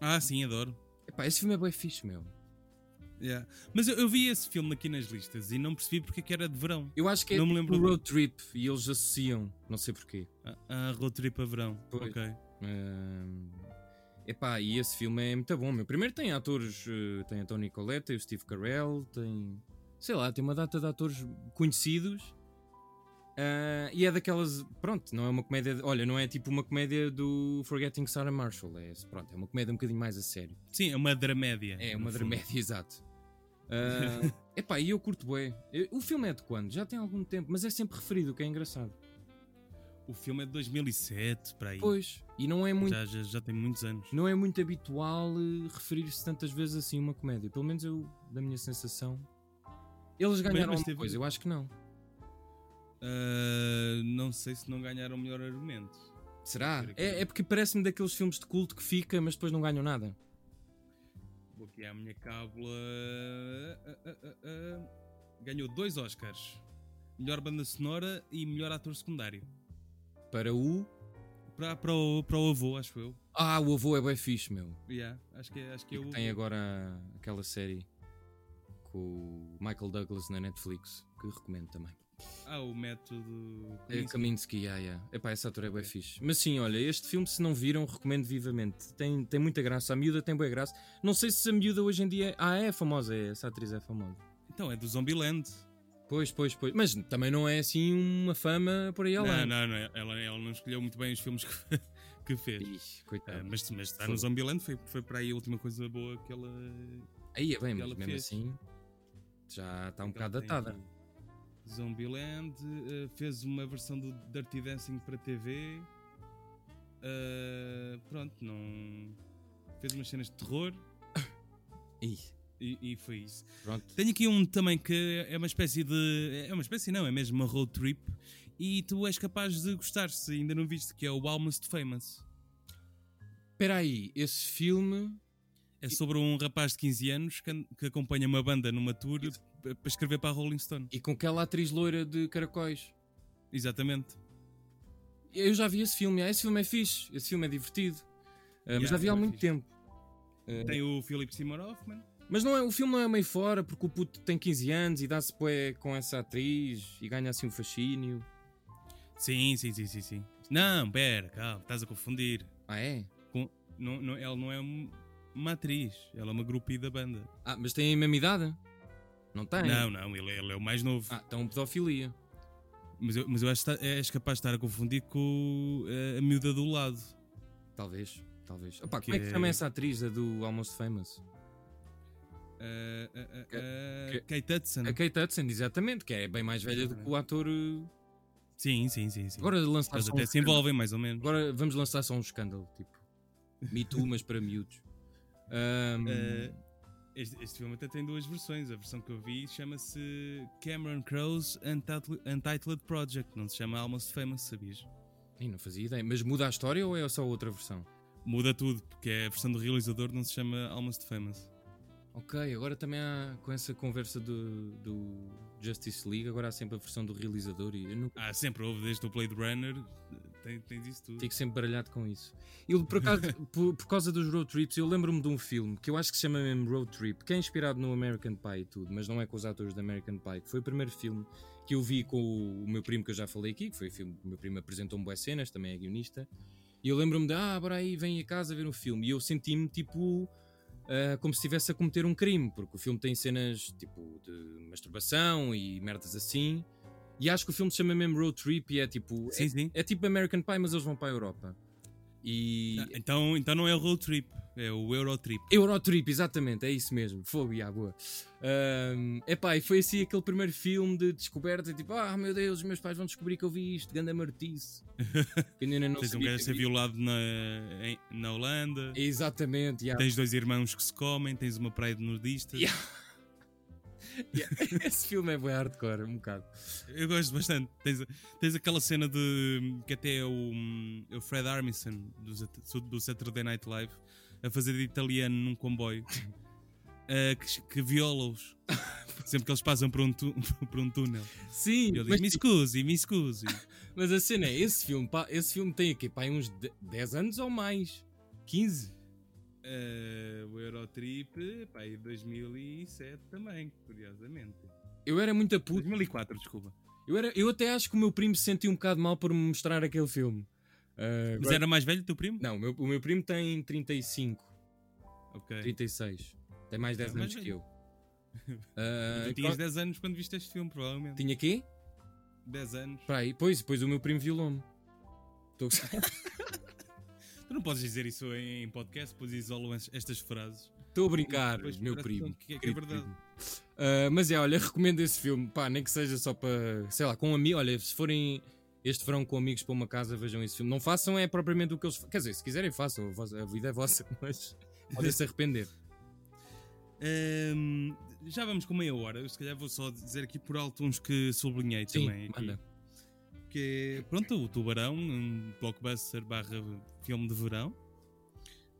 [SPEAKER 1] Ah, sim, adoro.
[SPEAKER 2] Epá, esse filme é bem fixe, meu.
[SPEAKER 1] Yeah. Mas eu, eu vi esse filme aqui nas listas e não percebi porque é que era de verão.
[SPEAKER 2] Eu acho que é
[SPEAKER 1] Não me
[SPEAKER 2] tipo
[SPEAKER 1] lembro
[SPEAKER 2] o
[SPEAKER 1] dele.
[SPEAKER 2] Road Trip e eles associam, não sei porquê.
[SPEAKER 1] Ah, ah road trip a verão.
[SPEAKER 2] Pois.
[SPEAKER 1] Ok.
[SPEAKER 2] Ahm, Epá, e esse filme é muito bom, meu. Primeiro tem atores, eh, tem a Tony Collette, tem o Steve Carell, tem. Sei lá, tem uma data de atores conhecidos. Ah, e é daquelas. Pronto, não é uma comédia. de- olha, não é tipo uma comédia do Forgetting Sarah Marshall. É, pronto, é uma comédia um bocadinho mais a sério.
[SPEAKER 1] Sim, é uma dramédia.
[SPEAKER 2] É
[SPEAKER 1] no
[SPEAKER 2] uma
[SPEAKER 1] fundo.
[SPEAKER 2] dramédia, (laughs) exato. Ah, epá, e eu curto bué. Eu- O filme é de quando? Já tem algum tempo, mas é sempre referido, o que é engraçado.
[SPEAKER 1] O filme é de 2007, para aí.
[SPEAKER 2] Pois, e não é muito
[SPEAKER 1] Já, já, já tem muitos anos.
[SPEAKER 2] Não é muito habitual eh, referir-se tantas vezes assim a uma comédia. Pelo menos eu, da minha sensação. Eles ganharam
[SPEAKER 1] mas
[SPEAKER 2] alguma
[SPEAKER 1] teve-
[SPEAKER 2] coisa, eu acho que não.
[SPEAKER 1] Ah, não sei se não ganharam o melhor argumento.
[SPEAKER 2] Será?
[SPEAKER 1] Ver aqui.
[SPEAKER 2] É, é porque parece-me daqueles filmes de culto que fica, mas depois não ganham nada.
[SPEAKER 1] Vou aqui à minha cábula. Ah, ah, ah, ah. Ganhou dois Oscars: melhor banda sonora e melhor ator secundário.
[SPEAKER 2] Para o.
[SPEAKER 1] Para, para, o, para o avô, acho eu.
[SPEAKER 2] Ah, o avô é bem fixe, meu.
[SPEAKER 1] Yeah, acho que, é- acho que
[SPEAKER 2] E
[SPEAKER 1] é o
[SPEAKER 2] que tem
[SPEAKER 1] avô.
[SPEAKER 2] agora aquela série com o Michael Douglas na Netflix, que recomendo também.
[SPEAKER 1] Ah, o método.
[SPEAKER 2] É Kaminsky, yeah, yeah. Epá, essa ator é bem fixe. Mas sim, olha, este filme, se não viram, recomendo vivamente. Tem, tem muita graça. A miúda tem boa graça. Não sei se a miúda hoje em dia. Ah, é famosa, é. Essa atriz é famosa.
[SPEAKER 1] Então, é do Zombieland.
[SPEAKER 2] Pois, pois, pois. Mas também não é assim uma fama por aí além.
[SPEAKER 1] Não, não, não. Ela, ela não escolheu muito bem os filmes que, (laughs) que fez.
[SPEAKER 2] Ixi, coitado.
[SPEAKER 1] Ah, mas, mas está
[SPEAKER 2] Fogo.
[SPEAKER 1] no Zombieland foi, foi para aí a última coisa boa que ela.
[SPEAKER 2] Aí é bem, mas
[SPEAKER 1] ela
[SPEAKER 2] mesmo
[SPEAKER 1] fez.
[SPEAKER 2] assim. Já está um
[SPEAKER 1] que ela
[SPEAKER 2] bocado
[SPEAKER 1] tem
[SPEAKER 2] datada.
[SPEAKER 1] aqui. Zombieland ah, fez uma versão do Dirty Dancing para TV. Ah, pronto, não. Fez umas cenas de terror
[SPEAKER 2] Ih,
[SPEAKER 1] e, e foi isso.
[SPEAKER 2] pronto.
[SPEAKER 1] Tenho aqui um também que é uma espécie de. É uma espécie, não, é mesmo uma road trip. E tu és capaz de gostar se ainda não viste, que é o Almost Famous.
[SPEAKER 2] Espera aí, esse filme.
[SPEAKER 1] É sobre um rapaz de 15 anos que, an- que acompanha uma banda numa tour
[SPEAKER 2] Isso.
[SPEAKER 1] p- para escrever para a Rolling Stone.
[SPEAKER 2] E com aquela atriz loira de caracóis.
[SPEAKER 1] Exatamente.
[SPEAKER 2] Eu já vi esse filme. Ah, esse filme é fixe. Esse filme é divertido. Ah, mas
[SPEAKER 1] Yeah,
[SPEAKER 2] já vi há
[SPEAKER 1] é
[SPEAKER 2] muito
[SPEAKER 1] fixe.
[SPEAKER 2] tempo. Ah,
[SPEAKER 1] Tem o Philip Seymour Hoffman.
[SPEAKER 2] Mas não é, o filme não é meio fora, porque o puto tem 15 anos e dá-se bué com essa atriz e ganha assim um fascínio.
[SPEAKER 1] Sim, sim, sim, sim, sim. Não, pera, calma, estás a confundir.
[SPEAKER 2] Ah, é?
[SPEAKER 1] Não, não, ela não é um- uma atriz, ela é uma groupie da banda.
[SPEAKER 2] Ah, mas tem a mesma idade? Não tem?
[SPEAKER 1] Não, não, ele, ele é o mais novo.
[SPEAKER 2] Ah, então pedofilia.
[SPEAKER 1] Mas, eu, mas eu acho que está- és capaz de estar a confundir com eh, a miúda do lado.
[SPEAKER 2] Talvez, talvez. Opa,
[SPEAKER 1] Que
[SPEAKER 2] como é que
[SPEAKER 1] é-
[SPEAKER 2] chama essa atriz a do Almost Famous?
[SPEAKER 1] Eh, eh, eh,
[SPEAKER 2] Que-
[SPEAKER 1] eh,
[SPEAKER 2] que-
[SPEAKER 1] Kate Hudson.
[SPEAKER 2] A Kate Hudson, exatamente, que é bem mais velha do que o ator. eh,
[SPEAKER 1] Sim, sim, sim. sim.
[SPEAKER 2] Agora lançar
[SPEAKER 1] Eles
[SPEAKER 2] só um
[SPEAKER 1] até se
[SPEAKER 2] escândalo.
[SPEAKER 1] envolvem, mais ou menos.
[SPEAKER 2] Agora vamos lançar só um escândalo, tipo. Me Too, mas para
[SPEAKER 1] (laughs)
[SPEAKER 2] miúdos. Ahm,
[SPEAKER 1] Eh, este, este filme até tem duas versões. A versão que eu vi chama-se Cameron Crowe's Untitled, Untitled Project. Não se chama Almost Famous, sabias? É.
[SPEAKER 2] ih, não fazia ideia. Mas muda a história ou é só outra versão?
[SPEAKER 1] Muda tudo, porque é a versão do realizador não se chama Almost Famous.
[SPEAKER 2] Ok, agora também há, com essa conversa do, do Justice League, agora há sempre a versão do realizador e eu nunca
[SPEAKER 1] Ah, sempre houve, desde o Blade Runner, tem- tens isso tudo.
[SPEAKER 2] fico sempre baralhado com isso. Eu, por, acaso, por, por causa dos road trips, eu lembro-me de um filme que eu acho que se chama mesmo Road Trip, que é inspirado no American Pie e tudo, mas não é com os atores do American Pie, que foi o primeiro filme que eu vi com o, o meu primo que eu já falei aqui, que foi o filme que o meu primo apresentou-me boas cenas, também é guionista, e eu lembro-me de, ah, bora aí, vem a casa ver um filme, e eu senti-me tipo... Uh, como se estivesse a cometer um crime, porque o filme tem cenas tipo de masturbação e merdas assim. E acho que o filme se chama mesmo Road Trip e é tipo.
[SPEAKER 1] Sim, sim.
[SPEAKER 2] É, é tipo American Pie, mas eles vão para a Europa. E.
[SPEAKER 1] Ah, então, então não é o Road Trip, é o Eurotrip.
[SPEAKER 2] Eurotrip, exatamente, é isso mesmo. Fogo e água. É epá, e foi assim aquele primeiro filme de descoberta, tipo, ah meu Deus, os meus pais vão descobrir que eu vi isto,
[SPEAKER 1] (laughs)
[SPEAKER 2] ganda martice. Que eu ainda não
[SPEAKER 1] Tens um
[SPEAKER 2] sabia
[SPEAKER 1] gajo a
[SPEAKER 2] que
[SPEAKER 1] ser
[SPEAKER 2] vi.
[SPEAKER 1] violado na, em- na Holanda,
[SPEAKER 2] Exatamente, yeah.
[SPEAKER 1] tens dois irmãos que se comem, tens uma praia de nudistas.
[SPEAKER 2] Yeah. esse filme é bem hardcore, um bocado.
[SPEAKER 1] Eu gosto bastante. Tens, tens aquela cena de que até é o, é o Fred Armisen do, Sat- do Saturday Night Live a fazer de italiano num
[SPEAKER 2] (laughs)
[SPEAKER 1] comboio eh, que, que viola-os sempre que eles passam por um, tu- (laughs) por um túnel.
[SPEAKER 2] Sim,
[SPEAKER 1] E ele diz:
[SPEAKER 2] mas
[SPEAKER 1] Me scusi, me scusi.
[SPEAKER 2] Mas a cena é, esse filme, pá, esse filme tem aqui, pá, é uns de- 10 anos ou mais. 15?
[SPEAKER 1] Eh, o Eurotrip, pá, e 2007 também, curiosamente.
[SPEAKER 2] Eu era muito a puto.
[SPEAKER 1] 2004, desculpa.
[SPEAKER 2] Eu, era, eu até acho que o meu primo se sentiu um bocado mal por me mostrar aquele filme. Ah,
[SPEAKER 1] Mas
[SPEAKER 2] agora-
[SPEAKER 1] era mais velho do teu primo?
[SPEAKER 2] Não, o meu, o meu primo tem 35,
[SPEAKER 1] Ok.
[SPEAKER 2] 36. Tem mais 10
[SPEAKER 1] É mais
[SPEAKER 2] anos que eu.
[SPEAKER 1] velho.
[SPEAKER 2] (laughs) Ah,
[SPEAKER 1] Tu tinhas 10 anos quando viste este filme, provavelmente.
[SPEAKER 2] Tinha quê?
[SPEAKER 1] 10 anos.
[SPEAKER 2] Espera aí, pois, pois o meu primo violou-me. Estou a
[SPEAKER 1] Tu não podes dizer isso em em podcast, pois isolam es- estas frases.
[SPEAKER 2] Estou
[SPEAKER 1] (laughs)
[SPEAKER 2] a brincar,
[SPEAKER 1] Depois
[SPEAKER 2] meu
[SPEAKER 1] parece
[SPEAKER 2] primo.
[SPEAKER 1] que é- que é
[SPEAKER 2] querido
[SPEAKER 1] verdade.
[SPEAKER 2] primo. Ah, mas é, olha, recomendo esse filme, pá, nem que seja só para, sei lá, com amigos. Olha, se forem este verão com amigos para uma casa, vejam esse filme. Não façam é propriamente o que eles. fa- Quer dizer, se quiserem, façam, a, vossa- a vida é vossa, (laughs) mas podem se arrepender.
[SPEAKER 1] Ahm, já vamos com meia hora. Eu se calhar vou só dizer aqui por alto uns que sublinhei
[SPEAKER 2] Sim,
[SPEAKER 1] também. aqui.
[SPEAKER 2] manda.
[SPEAKER 1] Que é, pronto, o Tubarão, um blockbuster barra filme de verão.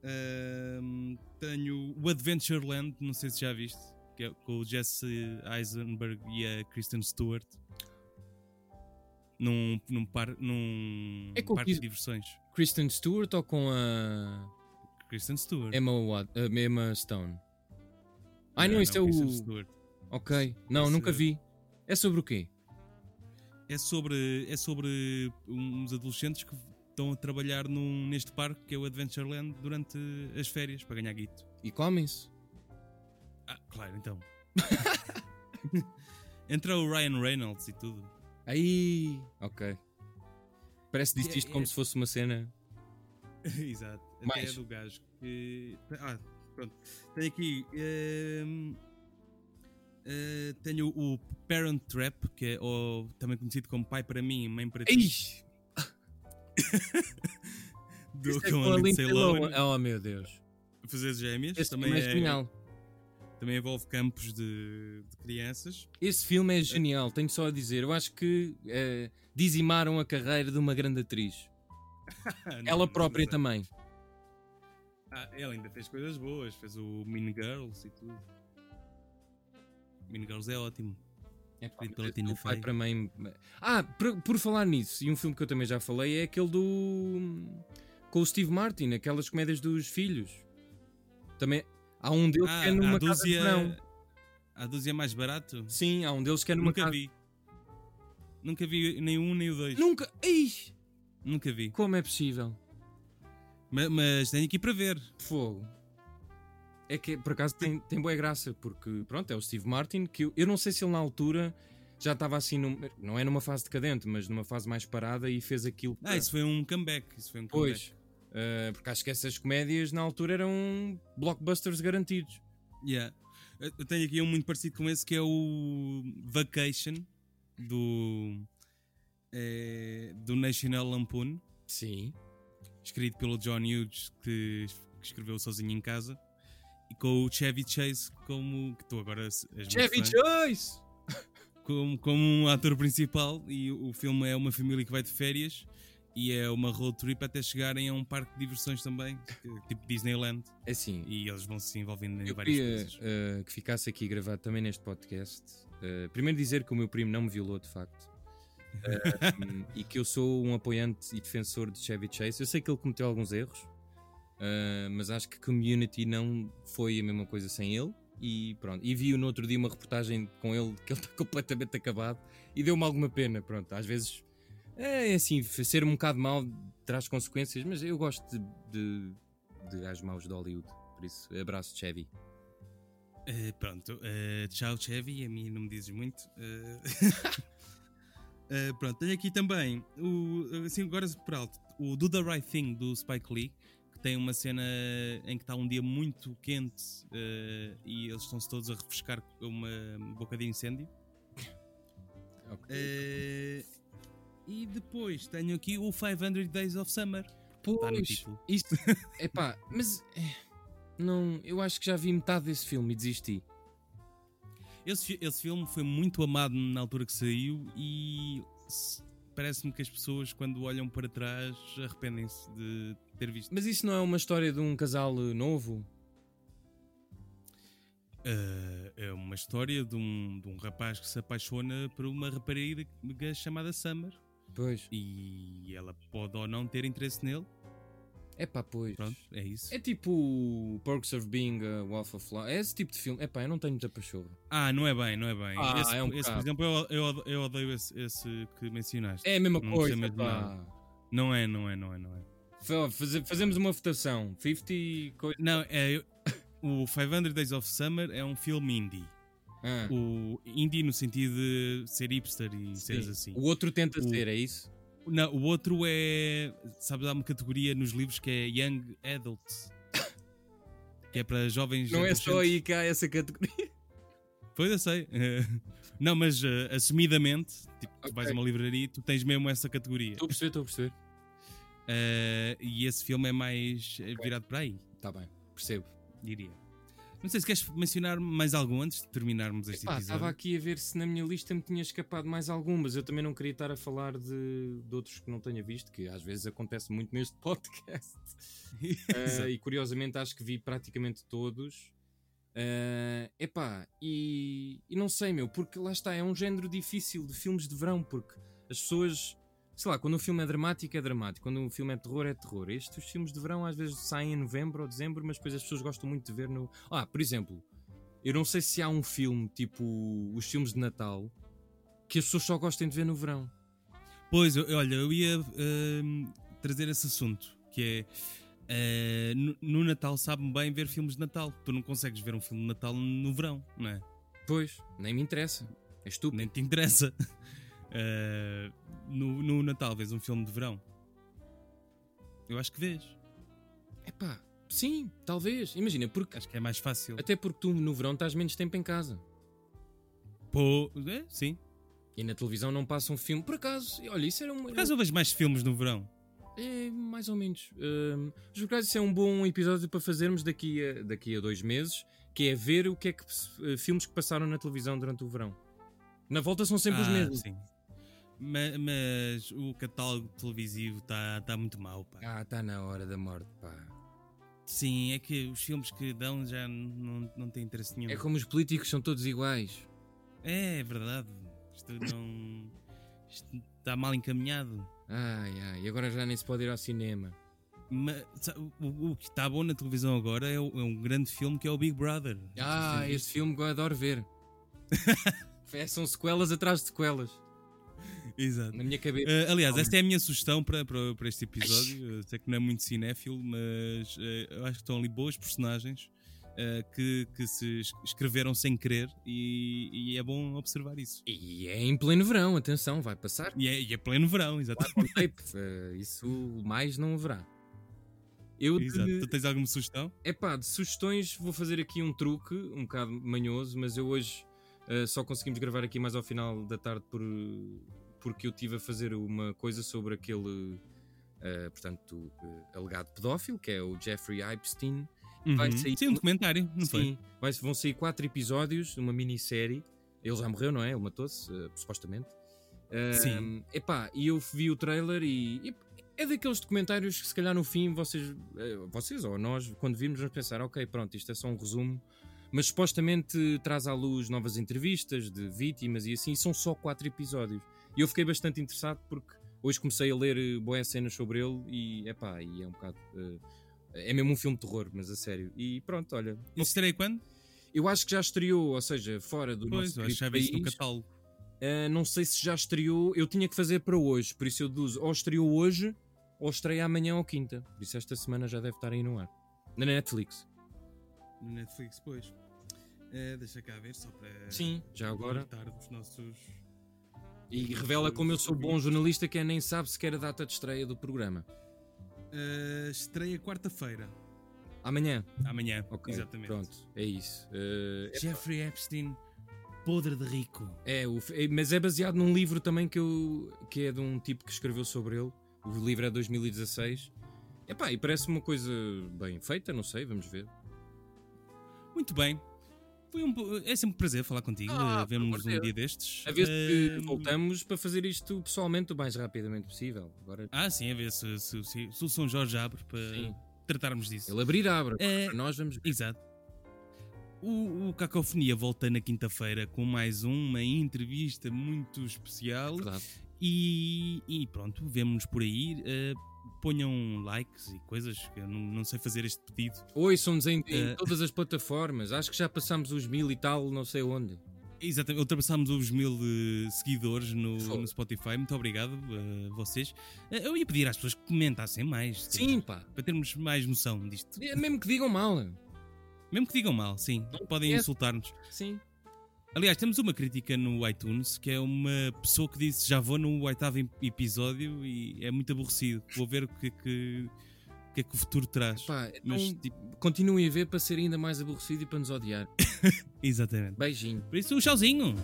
[SPEAKER 1] Ahm, tenho o Adventureland, não sei se já viste, que é com o Jesse Eisenberg e a Kristen Stewart. Num, num, par, num
[SPEAKER 2] É com o
[SPEAKER 1] parque de
[SPEAKER 2] Chris-
[SPEAKER 1] diversões.
[SPEAKER 2] Kristen Stewart ou com a
[SPEAKER 1] Kristen Stewart.
[SPEAKER 2] Emma, Wat- a Emma Stone? É, Ai não, isto é
[SPEAKER 1] Kristen
[SPEAKER 2] o.
[SPEAKER 1] Stewart.
[SPEAKER 2] Ok, não,
[SPEAKER 1] Esse-
[SPEAKER 2] nunca vi. É sobre o quê?
[SPEAKER 1] É sobre, é sobre uns adolescentes que estão a trabalhar num, neste parque que é o Adventureland durante as férias para ganhar guito.
[SPEAKER 2] E comem-se?
[SPEAKER 1] Ah, claro, então. (laughs) Entra o Ryan Reynolds e tudo.
[SPEAKER 2] Aí. Ok. Parece que disse
[SPEAKER 1] É-
[SPEAKER 2] isto como
[SPEAKER 1] é-
[SPEAKER 2] se fosse uma cena.
[SPEAKER 1] (laughs) Exato. Até
[SPEAKER 2] Mais.
[SPEAKER 1] é do gajo. que- Ah, pronto. Tenho aqui. ehm, eh, tenho o Parent Trap, que é ou, também conhecido como Pai para mim, Mãe para ti.
[SPEAKER 2] Ixi!
[SPEAKER 1] Do
[SPEAKER 2] Isso é
[SPEAKER 1] com a Lindsay Lohan.
[SPEAKER 2] Oh meu Deus.
[SPEAKER 1] Fazer gêmeas.
[SPEAKER 2] Esse
[SPEAKER 1] também,
[SPEAKER 2] filme é,
[SPEAKER 1] é,
[SPEAKER 2] genial.
[SPEAKER 1] também envolve campos de, de crianças.
[SPEAKER 2] Esse filme é genial, tenho só a dizer. Eu acho que eh, dizimaram a carreira de uma grande atriz.
[SPEAKER 1] Ah, não,
[SPEAKER 2] Ela
[SPEAKER 1] não
[SPEAKER 2] própria
[SPEAKER 1] sei.
[SPEAKER 2] também.
[SPEAKER 1] Ah, ela ainda fez coisas boas. Fez o Mean Girls e tudo. Mean Girls é ótimo.
[SPEAKER 2] É pá,
[SPEAKER 1] Escrito pela
[SPEAKER 2] mas
[SPEAKER 1] Tina
[SPEAKER 2] o pai
[SPEAKER 1] Fey.
[SPEAKER 2] para mãe. Ah, por, por falar nisso, e um filme que eu também já falei é aquele do. com o Steve Martin, aquelas comédias dos filhos. Também. Há um deles que é numa
[SPEAKER 1] a
[SPEAKER 2] casa de
[SPEAKER 1] Ah, dúzia,
[SPEAKER 2] verão.
[SPEAKER 1] a dúzia mais barato?
[SPEAKER 2] Sim, há um deles que é numa
[SPEAKER 1] Nunca
[SPEAKER 2] casa.
[SPEAKER 1] vi. Nunca vi nem o um nem o dois.
[SPEAKER 2] Nunca. Ei!
[SPEAKER 1] Nunca vi.
[SPEAKER 2] Como é possível?
[SPEAKER 1] Ma- Mas, tenho aqui para ver.
[SPEAKER 2] Fogo. É que por acaso tem, tem boa graça, porque pronto, é o Steve Martin que eu, eu não sei se ele na altura já estava assim, num- não é numa fase decadente, mas numa fase mais parada e fez aquilo.
[SPEAKER 1] Ah, isso foi um comeback. Isso foi um comeback.
[SPEAKER 2] Pois. Uh, porque acho que essas comédias na altura eram blockbusters garantidos.
[SPEAKER 1] Yeah. Eu eu tenho aqui um muito parecido com esse que é o Vacation do, eh, do National Lampoon,
[SPEAKER 2] Sim.
[SPEAKER 1] escrito pelo John Hughes, que, es- que escreveu sozinho em casa, e com o Chevy Chase como. que estou agora. a se- és muito
[SPEAKER 2] Chevy
[SPEAKER 1] fã.
[SPEAKER 2] Chase!
[SPEAKER 1] como, como um ator principal e o o filme é uma família que vai de férias e é uma road trip até chegarem a um parque de diversões também, que- tipo Disneyland,
[SPEAKER 2] É Assim,
[SPEAKER 1] e eles vão se envolvendo em
[SPEAKER 2] eu
[SPEAKER 1] várias
[SPEAKER 2] queria
[SPEAKER 1] coisas.
[SPEAKER 2] uh, que ficasse aqui gravado também neste podcast. Uh, primeiro dizer que o meu primo não me violou, de facto. Um, e que eu sou um apoiante e defensor de Chevy Chase. Eu sei que ele cometeu alguns erros, uh, mas acho que Community não foi a mesma coisa sem ele. E pronto, e vi no outro dia uma reportagem com ele que ele (laughs) está completamente acabado e deu-me alguma pena. Pronto, às vezes é assim, f- ser um bocado mau traz consequências, mas eu gosto de, de, de gajos maus de Hollywood. Por isso, abraço, Chevy.
[SPEAKER 1] Eh, pronto, eh, tchau Chevy, a mim não me dizes muito. eh. (laughs) Eh, pronto, tenho aqui também, o, assim agora por alto, o Do The Right Thing do Spike Lee, que tem uma cena em que está um dia muito quente eh, e eles estão-se todos a refrescar com uma boca de incêndio. É Eh, e depois tenho aqui o 500 Days of Summer. Está Tá no
[SPEAKER 2] Pois,
[SPEAKER 1] título.
[SPEAKER 2] isto. Epá, mas. eh, Não, eu acho que já vi metade desse filme e desisti.
[SPEAKER 1] Esse, fi- esse filme foi muito amado na altura que saiu e se- parece-me que as pessoas, quando olham para trás, arrependem-se de ter visto.
[SPEAKER 2] Mas isso não é uma história de um casal eh, novo?
[SPEAKER 1] Eh, é uma história de um, de um rapaz que se apaixona por uma rapariga chamada Summer
[SPEAKER 2] Pois.
[SPEAKER 1] e ela pode ou não ter interesse nele.
[SPEAKER 2] Epá, pois.
[SPEAKER 1] Pronto, é isso.
[SPEAKER 2] É tipo o Perks of Being a Wallflower. É esse tipo de filme. Epá, eu não tenho muita pachorra.
[SPEAKER 1] Ah, não é bem, não é bem.
[SPEAKER 2] Ah,
[SPEAKER 1] esse,
[SPEAKER 2] é um
[SPEAKER 1] esse, por
[SPEAKER 2] bocado.
[SPEAKER 1] exemplo, eu, eu- eu odeio esse, esse que mencionaste.
[SPEAKER 2] É a mesma
[SPEAKER 1] Não
[SPEAKER 2] coisa.
[SPEAKER 1] sei mesmo
[SPEAKER 2] pá.
[SPEAKER 1] nada. Não é, não é, não é, não é.
[SPEAKER 2] Fa- faze- Fazemos uma votação. 50 coisa.
[SPEAKER 1] Não, é. eu- O 500 Days of Summer é um filme indie.
[SPEAKER 2] Ah,
[SPEAKER 1] O indie no sentido de ser hipster e
[SPEAKER 2] sim.
[SPEAKER 1] seres assim.
[SPEAKER 2] O outro tenta
[SPEAKER 1] O-
[SPEAKER 2] ser, é isso?
[SPEAKER 1] Não, o outro é. Sabes, há uma categoria nos livros que é Young Adult. Que é para jovens.
[SPEAKER 2] Não é só
[SPEAKER 1] adolescentes.
[SPEAKER 2] aí que há essa categoria.
[SPEAKER 1] Pois eu sei. (laughs) Não, mas eh, assumidamente, tipo, tu vais a
[SPEAKER 2] Ok.
[SPEAKER 1] uma livraria e tu tens mesmo essa categoria.
[SPEAKER 2] Estou a perceber, estou a perceber.
[SPEAKER 1] Eh, e esse filme é mais eh, virado para aí,
[SPEAKER 2] Está bem, Tá percebo.
[SPEAKER 1] diria. Não sei se queres mencionar mais algum antes de terminarmos este
[SPEAKER 2] Pá,
[SPEAKER 1] episódio.
[SPEAKER 2] estava aqui a ver se na minha lista me tinha escapado mais algumas. Eu também não queria estar a falar de, de outros que não tenha visto, que às vezes acontece muito neste (laughs) podcast. Eh,
[SPEAKER 1] Exato.
[SPEAKER 2] e curiosamente acho que vi praticamente todos. Eh, epá, e, e não sei, meu, porque lá está, é um género difícil de filmes de verão, porque as pessoas, sei lá, quando um filme é dramático, é dramático, quando um filme é terror, é terror. Estes filmes de verão às vezes saem em novembro ou dezembro, mas depois as pessoas gostam muito de ver no. Ah, por exemplo, eu não sei se há um filme tipo os filmes de Natal que as pessoas só gostem de ver no verão.
[SPEAKER 1] Pois, eu- olha, eu ia hum, trazer esse assunto, que é eh, no, no Natal sabe-me bem ver filmes de Natal. Tu não consegues ver um filme de Natal no verão, não é?
[SPEAKER 2] Pois, nem me interessa. É estúpido.
[SPEAKER 1] Nem te interessa. (laughs) Eh, no, no Natal vês um filme de verão. Eu acho que vês.
[SPEAKER 2] Epá, sim, talvez. Imagina, porque
[SPEAKER 1] Acho que é mais fácil.
[SPEAKER 2] Até porque tu no verão estás menos tempo em casa.
[SPEAKER 1] Pô, é, sim.
[SPEAKER 2] E na televisão não passa um filme. Por acaso, olha, isso era um.
[SPEAKER 1] Por acaso eu vejo mais filmes no verão.
[SPEAKER 2] É, mais ou menos. Hum, mas por acaso isso é um bom episódio para fazermos daqui a, daqui a dois meses, que é ver o que é que se- eh, filmes que passaram na televisão durante o verão. Na volta são sempre os
[SPEAKER 1] Ah,
[SPEAKER 2] mesmos.
[SPEAKER 1] Sim. Ma- Mas, o catálogo televisivo está tá muito mau, pá.
[SPEAKER 2] Ah, está na hora da morte, pá.
[SPEAKER 1] Sim, é que os filmes que dão já n- não, não têm interesse nenhum.
[SPEAKER 2] É como os políticos são todos iguais.
[SPEAKER 1] É, é verdade. Isto não. Isto está mal encaminhado.
[SPEAKER 2] Ai, ai, e agora já nem se pode ir ao cinema.
[SPEAKER 1] Mas sa- o, o que está bom na televisão agora é, o- é um grande filme que é o Big Brother.
[SPEAKER 2] Ah, este filme que eu adoro
[SPEAKER 1] (laughs)
[SPEAKER 2] ver. É, são sequelas atrás de sequelas.
[SPEAKER 1] Exato.
[SPEAKER 2] Na minha cabeça.
[SPEAKER 1] Eh, aliás, esta é a minha sugestão para, para, para este episódio. Eu sei que não é muito cinéfilo, mas eh, eu acho que estão ali boas personagens eh, que, que se es- escreveram sem querer e, e é bom observar isso.
[SPEAKER 2] E é em pleno verão, atenção, vai passar.
[SPEAKER 1] E é, e é pleno verão, exatamente.
[SPEAKER 2] On tape, (laughs) eh, isso mais não haverá. Eu
[SPEAKER 1] Exato. Tu
[SPEAKER 2] de,
[SPEAKER 1] tens alguma sugestão?
[SPEAKER 2] epá, de sugestões vou fazer aqui um truque, um bocado manhoso, mas eu hoje eh, só conseguimos gravar aqui mais ao final da tarde por, porque eu estive a fazer uma coisa sobre aquele, eh, portanto, eh, alegado pedófilo, que é o Jeffrey Epstein, Vai sair-
[SPEAKER 1] Sim, um documentário, não foi?
[SPEAKER 2] Sim, vai- vão sair quatro episódios de uma minissérie. Ele já morreu, não é? Ele matou-se, eh, supostamente. Ahm,
[SPEAKER 1] Sim.
[SPEAKER 2] Epá, e eu vi o trailer e, e é daqueles documentários que se calhar no fim vocês, eh, vocês ou nós, quando vimos, vamos pensar, ok, pronto, isto é só um resumo. Mas supostamente traz à luz novas entrevistas de vítimas e assim, e são só quatro episódios. E eu fiquei bastante interessado porque hoje comecei a ler eh, boas cenas sobre ele e, epá, e é um bocado... eh, é mesmo um filme de terror, mas a sério. E pronto, olha,
[SPEAKER 1] Isso terei quando? eu
[SPEAKER 2] eu acho que já estreou, ou seja, fora do
[SPEAKER 1] Pois, eu
[SPEAKER 2] nosso
[SPEAKER 1] acho que já
[SPEAKER 2] querido
[SPEAKER 1] vi isso no
[SPEAKER 2] país.
[SPEAKER 1] catálogo.
[SPEAKER 2] Ah, não sei se já estreou. Eu tinha que fazer para hoje, por isso eu deduzo. Ou estreou hoje, ou estreia amanhã ou quinta. Por isso esta semana já deve estar aí no ar. Na Netflix.
[SPEAKER 1] No Netflix, pois. Eh, deixa cá ver, só para.
[SPEAKER 2] Sim, já agora.
[SPEAKER 1] Cortar dos nossos.
[SPEAKER 2] E revela como eu sou bom jornalista que é nem sabe sequer a data de estreia do programa.
[SPEAKER 1] Eh, estreia quarta-feira.
[SPEAKER 2] Amanhã.
[SPEAKER 1] Amanhã,
[SPEAKER 2] Ok.
[SPEAKER 1] exatamente.
[SPEAKER 2] Pronto, é isso. Ah,
[SPEAKER 1] Jeffrey Epstein, podre de rico.
[SPEAKER 2] É, o f- é, mas é baseado num livro também que, eu, que é de um tipo que escreveu sobre ele. O livro é de 2016. Epá, e parece uma coisa bem feita, não sei, vamos ver.
[SPEAKER 1] Muito bem. Foi um, bo- é sempre um prazer falar contigo.
[SPEAKER 2] Ah,
[SPEAKER 1] eh, Vemos
[SPEAKER 2] por
[SPEAKER 1] um
[SPEAKER 2] Deus.
[SPEAKER 1] dia destes.
[SPEAKER 2] A ver se
[SPEAKER 1] Eh,
[SPEAKER 2] voltamos para fazer isto pessoalmente o mais rapidamente possível. Agora,
[SPEAKER 1] Ah, sim, a ver se, se, se- se o São Jorge abre para
[SPEAKER 2] sim.
[SPEAKER 1] tratarmos disso.
[SPEAKER 2] Ele abrir, abre.
[SPEAKER 1] É.
[SPEAKER 2] Para nós vamos ver.
[SPEAKER 1] Exato. O, o Cacofonia volta na quinta-feira com mais uma entrevista muito especial.
[SPEAKER 2] Verdade.
[SPEAKER 1] E, e pronto, vemo-nos por aí. Eh, ponham likes e coisas, que eu não, não sei fazer este pedido.
[SPEAKER 2] Ouçam-nos em, em
[SPEAKER 1] É.
[SPEAKER 2] todas as plataformas. Acho que já passámos os mil e tal, não sei onde.
[SPEAKER 1] Exatamente, ultrapassámos os mil eh, seguidores no,
[SPEAKER 2] Fogo.
[SPEAKER 1] no Spotify. Muito obrigado a vocês. Eh, eu ia pedir às pessoas que comentassem mais. se
[SPEAKER 2] Sim,
[SPEAKER 1] calhar,
[SPEAKER 2] pá.
[SPEAKER 1] Para termos mais noção disto.
[SPEAKER 2] É Mesmo que digam mal.
[SPEAKER 1] Mesmo que digam mal, sim. Podem
[SPEAKER 2] conheço.
[SPEAKER 1] insultar-nos.
[SPEAKER 2] Sim.
[SPEAKER 1] Aliás, temos uma crítica no iTunes que é uma pessoa que disse já vou no oitavo em- episódio e é muito aborrecido. Vou ver o que é que, o que, é que o futuro traz.
[SPEAKER 2] Pá,
[SPEAKER 1] Mas,
[SPEAKER 2] então,
[SPEAKER 1] tipo,
[SPEAKER 2] continuem a ver para ser ainda mais aborrecido e para nos odiar.
[SPEAKER 1] exatamente.
[SPEAKER 2] Beijinho.
[SPEAKER 1] Por isso, um tchauzinho!